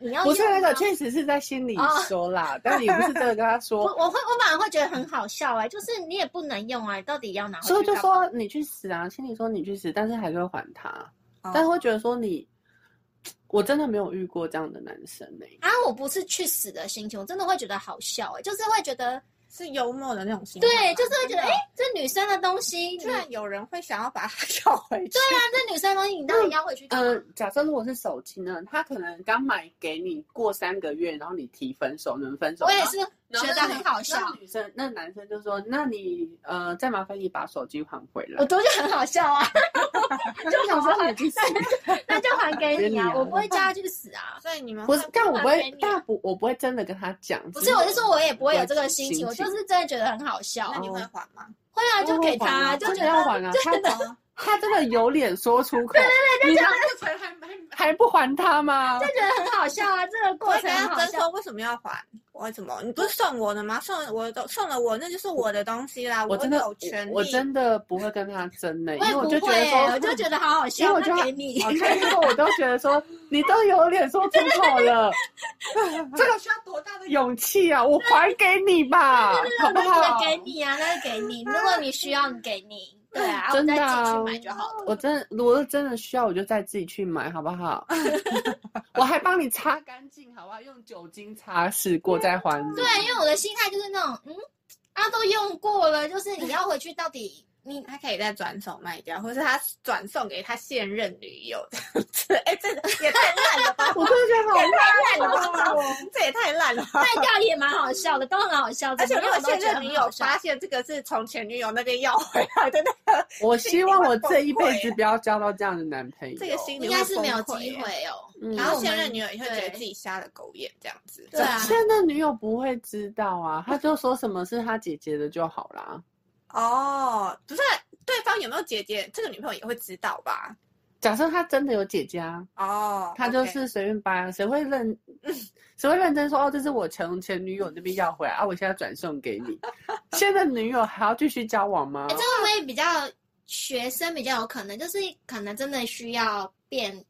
Speaker 3: 你要
Speaker 2: 不是
Speaker 3: 用
Speaker 2: 那个，
Speaker 3: 吗
Speaker 2: 确实是在心里
Speaker 3: 哦
Speaker 2: 说啦，但你不是真的跟他
Speaker 3: 我
Speaker 2: 说，
Speaker 3: 我会我反而会觉得很好笑哎、就是你也不能用啊，你到底要拿回去
Speaker 2: 所以就
Speaker 3: 干嘛
Speaker 2: 说你去死啊，心里说你去死，但是还是会还他，
Speaker 1: 哦
Speaker 2: 但是会觉得说你，我真的没有遇过这样的男生欸呢、
Speaker 3: 啊，我不是去死的心情，我真的会觉得好笑哎、就是会觉得
Speaker 1: 是幽默的那种心态吗，
Speaker 3: 对，就是会觉得哎、
Speaker 1: 真的
Speaker 3: 这女生的东西，
Speaker 1: 居
Speaker 3: 对啊，
Speaker 1: 然有人会想要把它 要回去，
Speaker 3: 这女生的东西你到底要回去干嘛？
Speaker 2: 呃，假设如果是手机呢，他可能刚买给你，过三个月，然后你提分手，你们分手。
Speaker 3: 我也是
Speaker 2: 然后，
Speaker 3: 觉得
Speaker 2: 然后
Speaker 3: 很好笑
Speaker 2: 那，女生，那男生就说：“那你呃，再麻烦你把手机还回
Speaker 3: 我
Speaker 2: 来。
Speaker 3: 都是很好笑啊，
Speaker 2: 就”想说你去死，
Speaker 3: 那就还给你
Speaker 2: 给你
Speaker 3: 啊，
Speaker 2: 啊嗯
Speaker 3: 我不会叫她去死啊。
Speaker 1: 所以你们
Speaker 2: 不是
Speaker 1: 会，
Speaker 2: 但我不
Speaker 3: 还给
Speaker 2: 会
Speaker 3: 你啊，
Speaker 2: 但不，我不会真的跟他讲。
Speaker 3: 不
Speaker 2: 只
Speaker 3: 是，我就说我也不会有这个
Speaker 2: 心
Speaker 3: 心情，我就
Speaker 2: 情
Speaker 3: 是真的觉得很好笑
Speaker 1: 那。你会还吗？
Speaker 3: 会啊，就给他，就
Speaker 2: 真
Speaker 3: 觉
Speaker 2: 的要
Speaker 3: 得
Speaker 2: 还啊，他他真的有脸说出口，你
Speaker 1: 那这钱还还
Speaker 2: 还不还他吗
Speaker 3: 就？觉得很好笑啊，这个
Speaker 1: 我
Speaker 3: 过
Speaker 1: 会
Speaker 3: 程
Speaker 1: 跟
Speaker 3: 很
Speaker 1: 他
Speaker 3: 好
Speaker 1: 争
Speaker 3: 笑。
Speaker 1: 说为什么要还？我怎么？你不是送我的吗？送我的送了我，那就是我的东西啦，
Speaker 2: 我真的
Speaker 1: 有权利。
Speaker 2: 我真的不会跟他争呢，因
Speaker 3: 我也
Speaker 2: 为
Speaker 3: 不
Speaker 2: 我就觉
Speaker 3: 会
Speaker 2: 得
Speaker 3: 欸，
Speaker 2: 说，
Speaker 3: 我就觉得好好哦
Speaker 2: 因为
Speaker 3: 笑，
Speaker 2: 我觉
Speaker 3: 那
Speaker 2: 得
Speaker 3: 给你。
Speaker 2: 我看这个我都觉得说，你都有脸说出口了，
Speaker 1: 这个需要多大的
Speaker 2: 勇气啊，我还给你吧，好不
Speaker 3: 那
Speaker 2: 好？
Speaker 3: 就给你啊，那就给你。如果你需要，你给你。对啊，我
Speaker 2: 真的
Speaker 3: 再
Speaker 2: 啊
Speaker 3: 自己去买就好了。
Speaker 2: 我真的，如果真的需要，我就再自己去买，好不好？ 我还帮你擦干净，好不好？用酒精擦拭过再还你。
Speaker 3: 对，因为我的心态就是那种，嗯，啊，都用过了，就是你要回去到底你
Speaker 1: 他可以再转手卖掉，或是他转送给他现任女友这样子。 哎、这也太烂了吧！
Speaker 2: 我真的觉得好啊
Speaker 1: 太烂了吧！这也太烂了吧！
Speaker 3: 卖掉也蛮好笑的，都很好笑。
Speaker 1: 而且
Speaker 3: 怎
Speaker 1: 如果
Speaker 3: 么样我都
Speaker 1: 现
Speaker 3: 觉得
Speaker 1: 任
Speaker 3: 很
Speaker 1: 女
Speaker 3: 好
Speaker 1: 友
Speaker 3: 笑
Speaker 1: 发现这个是从前女友那边要回来的，那个
Speaker 2: 我希望我这一辈子不要交到这样的男朋友。
Speaker 1: 这个心里
Speaker 3: 应该是没有
Speaker 1: 会崩溃
Speaker 3: 机
Speaker 1: 耶。
Speaker 3: 会哦。
Speaker 1: 然
Speaker 2: 嗯
Speaker 3: 然后
Speaker 1: 后
Speaker 3: 我们
Speaker 1: 现任女友也会觉
Speaker 3: 对
Speaker 1: 得自己瞎了狗眼这样子。
Speaker 3: 对啊
Speaker 2: 现在女友不会知道啊，她就说什么是她姐姐的就好啦。
Speaker 1: 哦，不是对方有没有姐姐，这个女朋友也会知道吧？
Speaker 2: 假设她真的有姐姐啊，
Speaker 1: 哦，
Speaker 2: 她就。是随便掰啊，谁会认， 谁会认真说哦，这是我前前女友那边要 回来啊，我现在转送给你。现在女友还要继续交往吗
Speaker 3: 哎，？这会不会比较学生比较有可能，就是可能真的需要变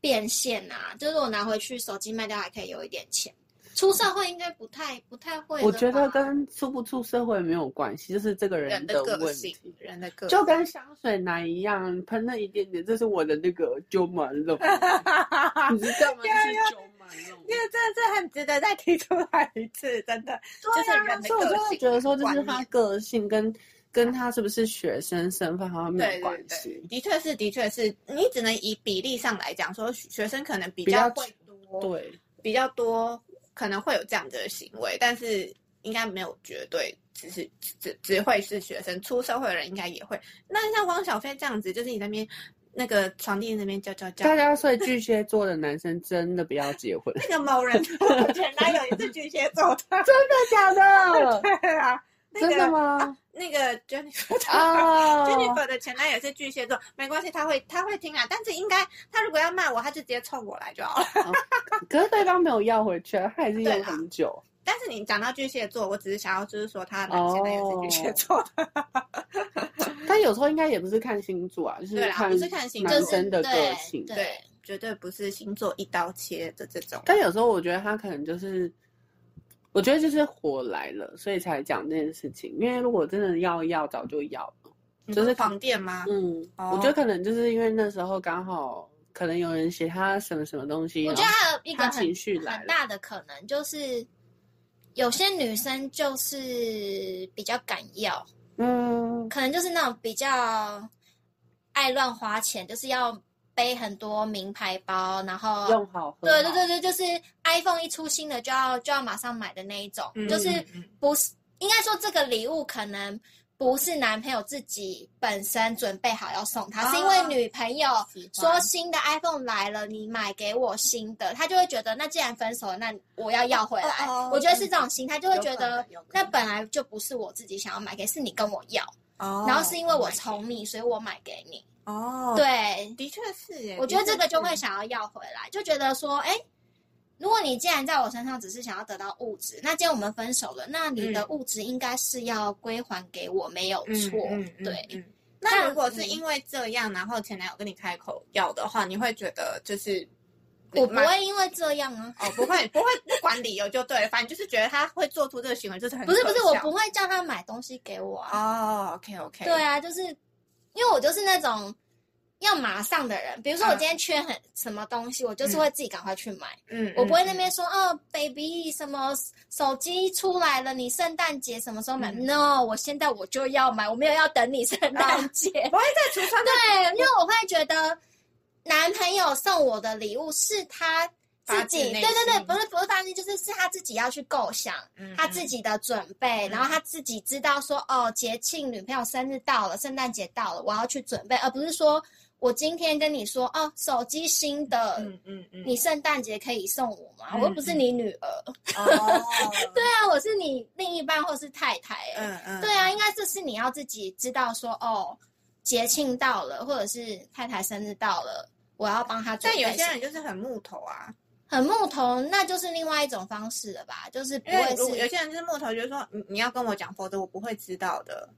Speaker 3: 变现啊，就是我拿回去手机卖掉还可以有一点钱。出社会应该不太不太会了吧，
Speaker 2: 我觉得跟出不出社会没有关系，就是这个
Speaker 1: 人
Speaker 2: 的
Speaker 1: 的个
Speaker 2: 问
Speaker 1: 性
Speaker 2: 题，。
Speaker 1: 人的个性
Speaker 2: 就跟香水男一样，喷了一点点，这是我的那个九满 了，你知道吗？这是九满了。
Speaker 1: 因为真的是很值得再提出来一次，真的。
Speaker 2: 对
Speaker 1: 就是人
Speaker 2: 啊，
Speaker 1: 的
Speaker 2: 所以我就
Speaker 1: 个
Speaker 2: 会
Speaker 1: 性
Speaker 2: 觉得说，就
Speaker 1: 观
Speaker 2: 是
Speaker 1: 念
Speaker 2: 他个性跟跟他是不是学生身份好像没
Speaker 1: 对
Speaker 2: 有
Speaker 1: 对
Speaker 2: 关
Speaker 1: 对，
Speaker 2: 系。
Speaker 1: 的确是，的确是你只能以比例上来讲，说学生可能比
Speaker 2: 比较
Speaker 1: 较会多，
Speaker 2: 对，
Speaker 1: 比较多可能会有这样子的行为，但是应该没有绝对，只是只只会是学生，出社会的人应该也会。那像汪小菲这样子，就是你那边那个床垫那边叫叫叫
Speaker 2: 大，家所以巨蟹座的男生真的不要结婚，
Speaker 1: 那个某人我前男友也是巨蟹座的，
Speaker 2: 真的假的？
Speaker 1: 对啊，那个
Speaker 2: 真的？吗？
Speaker 1: 那个 Jennifer
Speaker 2: 啊
Speaker 1: Jennifer 的前男友是巨蟹座，没关系，他会他会听啊，但是应该他如果要骂我，他就直接冲我来就好了。
Speaker 2: 可是对方没有要回去，啊他还是
Speaker 1: 对
Speaker 2: 用
Speaker 1: 啦
Speaker 2: 很久。
Speaker 1: 但是你讲到巨蟹座，我只是想要就是说他的前男友是巨
Speaker 2: 哦
Speaker 1: 蟹座的，
Speaker 2: 但有时候应该也不是看星座啊，就是
Speaker 1: 对啦，
Speaker 2: 看
Speaker 1: 不是看星座
Speaker 2: 男
Speaker 3: 就，
Speaker 2: 生
Speaker 3: 是
Speaker 2: 的
Speaker 3: 对
Speaker 2: 个性
Speaker 3: 对
Speaker 1: 对，绝对不是星座一刀切的这种。
Speaker 2: 但有时候我觉得他可能就是，我觉得就是火来了，所以才讲这件事情。因为如果真的要要，早就要了。
Speaker 1: 你
Speaker 3: 嗯
Speaker 2: 就是是
Speaker 1: 床垫吗？
Speaker 2: 嗯，
Speaker 1: 哦
Speaker 2: 我觉得可能就是因为那时候刚好可能有人写他什么什么东西，
Speaker 3: 我
Speaker 2: 然
Speaker 3: 觉
Speaker 2: 后
Speaker 3: 得还有一个
Speaker 2: 他
Speaker 3: 很
Speaker 2: 情绪来
Speaker 3: 很
Speaker 2: 了，
Speaker 3: 大的可能就是，有些女生就是比较敢要，
Speaker 2: 嗯，
Speaker 3: 可能就是那种比较爱乱花钱，就是要背很多名牌包，然后
Speaker 2: 用好喝
Speaker 3: 嗯对对
Speaker 2: 好
Speaker 3: 对对，就是 iPhone 一出新的就要就要马上买的那一种，
Speaker 1: 嗯
Speaker 3: 就是
Speaker 1: 嗯嗯
Speaker 3: 不是应该说这个礼物可能不是男朋友自己本身准备好要送
Speaker 1: 哦
Speaker 3: 他，是因为女朋友
Speaker 1: 喜欢
Speaker 3: 哦说新的 iPhone 来了，你买给我新的，他就会觉得那既然分手了，那我要要回来。
Speaker 1: 哦哦
Speaker 3: 我觉得是这种心态，就会觉
Speaker 1: 有可
Speaker 3: 得
Speaker 1: 能有可能
Speaker 3: 那本来就不是我自己想要买给，是你跟我要，
Speaker 1: 哦
Speaker 3: 然后是因为我宠你，所以我买给你。
Speaker 1: 哦，，
Speaker 3: 对，
Speaker 1: 的确是耶。
Speaker 3: 我觉得
Speaker 1: 的确
Speaker 3: 这个就会
Speaker 1: 是
Speaker 3: 想要要回来，就觉得说，哎、如果你既然在我身上只是想要得到物质，那既然我们分手了，那你
Speaker 1: 嗯
Speaker 3: 的物质应该是要归还给我，没有错。对，
Speaker 1: 嗯嗯那
Speaker 3: 那
Speaker 1: 如果是
Speaker 3: 嗯
Speaker 1: 因为这样，然后前男友跟你开口要的话，你会觉得就是
Speaker 3: 我不
Speaker 1: 嗯蛮
Speaker 3: 会因为这样啊，
Speaker 1: 哦，不会不会不管理由就对了，反正就是觉得他会做出这个行为就是很
Speaker 3: 不是不是，
Speaker 1: 可
Speaker 3: 我
Speaker 1: 笑
Speaker 3: 不会叫他买东西给我啊。
Speaker 1: 哦，OK OK，
Speaker 3: 对啊，就是因为我就是那种要马上的人，比如说我
Speaker 1: 嗯
Speaker 3: 今天缺很什么东西，我就是会自己赶快去买。
Speaker 1: 嗯，嗯，
Speaker 3: 我不会那边说哦，baby，什么手机出来了，你圣诞节什么时候买、
Speaker 1: 嗯
Speaker 3: n o 我现在我就要买，我没有要等你圣诞节。
Speaker 1: 嗯 不会在橱窗
Speaker 3: 对，因为我会觉得男朋友送我的礼物是他自
Speaker 1: 发自
Speaker 3: 己，
Speaker 1: 内
Speaker 3: 对对对，
Speaker 1: 心
Speaker 3: 不是不是发自，就是是他自己要去构想。
Speaker 1: 那
Speaker 3: 他自己的准备，
Speaker 1: 嗯
Speaker 3: 然后他自己知道说，哦，节庆女朋友生日到了，圣诞节到了，我要去准备，而不是说我今天跟你说，哦，手机新的，
Speaker 1: 嗯嗯嗯，
Speaker 3: 你圣诞节可以送我吗？
Speaker 1: 嗯
Speaker 3: 我又不是你女儿，
Speaker 1: 哦，
Speaker 3: 对啊，我是你另一半或是太太、欸，
Speaker 1: 嗯嗯，
Speaker 3: 对啊，应该这是你要自己知道说，哦，节庆到了，或者是太太生日到了，我要帮她准
Speaker 1: 但
Speaker 3: 备
Speaker 1: 有
Speaker 3: 什么。
Speaker 1: 些人就是很木头啊，
Speaker 3: 很木头，那就是另外一种方式了吧？就是不
Speaker 1: 因为
Speaker 3: 会
Speaker 1: 如果有
Speaker 3: 是，
Speaker 1: 些人就是木头，就是说你你要跟我讲，否则我不会知道的，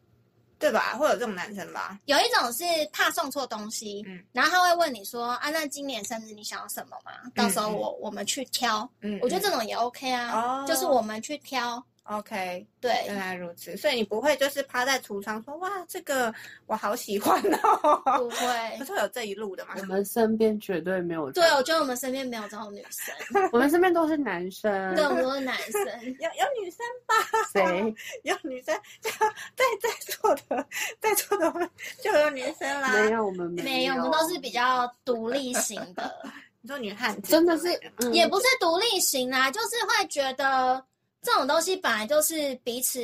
Speaker 1: 对吧？会有这种男生吧？
Speaker 3: 有一种是怕送错东西，
Speaker 1: 嗯
Speaker 3: 然后他会问你说啊，那今年生日你想要什么嘛？到时候我、我们去挑，
Speaker 1: 嗯，
Speaker 3: 我觉得这种也 OK
Speaker 1: 哦
Speaker 3: 啊，就是我们去挑，
Speaker 1: OK，
Speaker 3: 对
Speaker 1: 原，来如此，所以你不会就是趴在橱窗说哇，这个我好喜欢哦，
Speaker 3: 不会
Speaker 1: 不。是有这一路的吗
Speaker 2: 我？们身边绝对没有这
Speaker 3: 对，
Speaker 2: 样，
Speaker 3: 我觉得我们身边没有这种女 生，
Speaker 2: 我们身边都是男生，
Speaker 3: 对，我们都是男生。
Speaker 1: 有有女生吧？
Speaker 2: 谁？
Speaker 1: 有女生，就在在座的在座的我们就有女生啦。
Speaker 2: 没有，我们
Speaker 3: 没有，我们都是比较独立型的，
Speaker 1: 你说女汉子
Speaker 2: 真的是，嗯
Speaker 3: 也不是独立型啦、就是会觉得这种东西本来就是彼此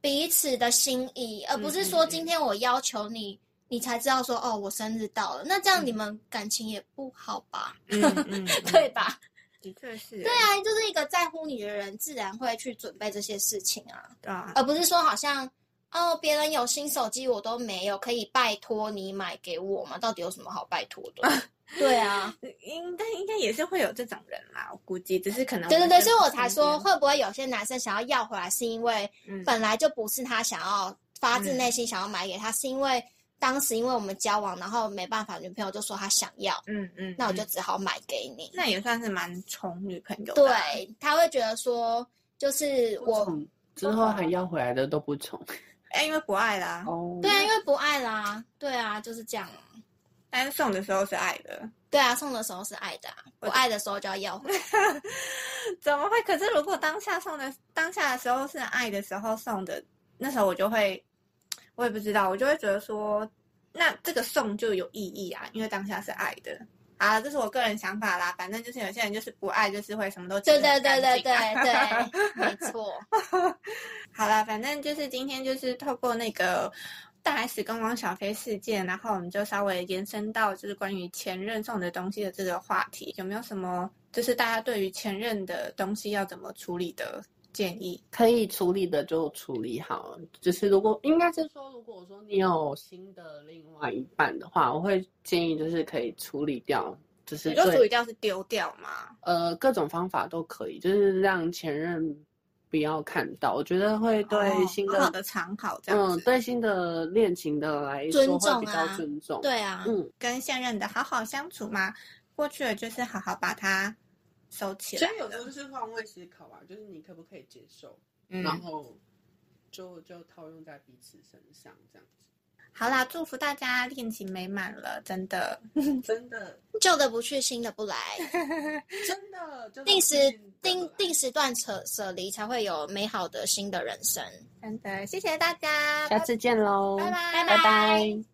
Speaker 3: 彼此的心意，而不是
Speaker 1: 嗯
Speaker 3: 说
Speaker 1: 嗯嗯
Speaker 3: 今天我要求你，你才知道说哦，我生日到了，那这样你们感情也不好吧，
Speaker 1: 嗯嗯，嗯
Speaker 3: 嗯对，吧？
Speaker 1: 的确是，
Speaker 3: 对啊，就是一个在乎你的人，自然会去准备这些事情啊，
Speaker 1: 对啊，
Speaker 3: 而不是说好像。哦，别人有新手机我都没有，可以拜托你买给我吗？到底有什么好拜托的？ 对啊，
Speaker 1: 应该应该也是会有这种人啦，我估计只是可能
Speaker 3: 对对对，所以我
Speaker 1: 们
Speaker 3: 才说，会不会有些男生想要要回来，是因为
Speaker 1: 嗯
Speaker 3: 本来就不是他想要发自内心想要买给他，是因为当时因为我们交往，然后没办法，女朋友就说她想要，
Speaker 1: 嗯嗯，
Speaker 3: 那我就
Speaker 1: 嗯
Speaker 3: 只好买给你。
Speaker 1: 那也算是蛮宠女朋友的啊，
Speaker 3: 对，他会觉得说，就是我，
Speaker 2: 宠之后还要回来的都不宠
Speaker 1: 哎，因为不爱啦，
Speaker 2: 哦
Speaker 3: 对啊，因为不爱啦，对啊，就是这样。
Speaker 1: 但是送的时候是爱的，
Speaker 3: 对啊，送的时候是爱的、啊，不爱的时候就要要回来。
Speaker 1: 怎么会？可是如果当下送的当下的时候是爱的时候送的，那时候我就会，我也不知道，我就会觉得说，那这个送就有意义啊，因为当下是爱的。啊，这是我个人想法啦，反正就是有些人就是不爱，就是会什么都
Speaker 3: 对
Speaker 1: 清得
Speaker 3: 对
Speaker 1: 很
Speaker 3: 对对
Speaker 1: 干净
Speaker 3: 对
Speaker 1: 啊
Speaker 3: 对，没错。
Speaker 1: 好了，反正就是今天就是透过那个大 S 跟汪小菲事件，然后我们就稍微延伸到就是关于前任送的东西的这个话题，有没有什么就是大家对于前任的东西要怎么处理的建议？
Speaker 2: 可以处理的就处理好了，就是如果应该是说，如果说你有新的另外一半的话，我会建议就是可以处理掉，就是
Speaker 1: 你说处
Speaker 2: 对
Speaker 1: 理掉是丢掉吗？
Speaker 2: 呃各种方法都可以，就是让前任不要看到，我觉得会对
Speaker 1: 哦
Speaker 2: 新
Speaker 1: 好
Speaker 2: 的、
Speaker 1: 好的藏好这样
Speaker 2: 嗯
Speaker 1: 子，
Speaker 2: 对新的恋情的来说
Speaker 3: 啊尊重啊
Speaker 2: 会比较尊重，
Speaker 3: 对 啊，
Speaker 2: 嗯，
Speaker 1: 跟现任的好好相处嘛，过去了就是好好把它收起来
Speaker 2: 所以有时候
Speaker 1: 了。
Speaker 2: 就是换位思考啊，就是你可不可以接受，
Speaker 1: 嗯
Speaker 2: 然后就就套用在彼此身上这样子，
Speaker 1: 好啦，祝福大家恋情美满了，真的。
Speaker 2: 真的。
Speaker 3: 旧的不去，新的不来，
Speaker 2: 真的，就
Speaker 3: 定时定定时段扯舍离，才会有美好的新的人生。
Speaker 1: 真的，谢谢大家，
Speaker 2: 下次见喽，
Speaker 1: 拜拜，
Speaker 3: 拜
Speaker 1: 拜
Speaker 2: 拜拜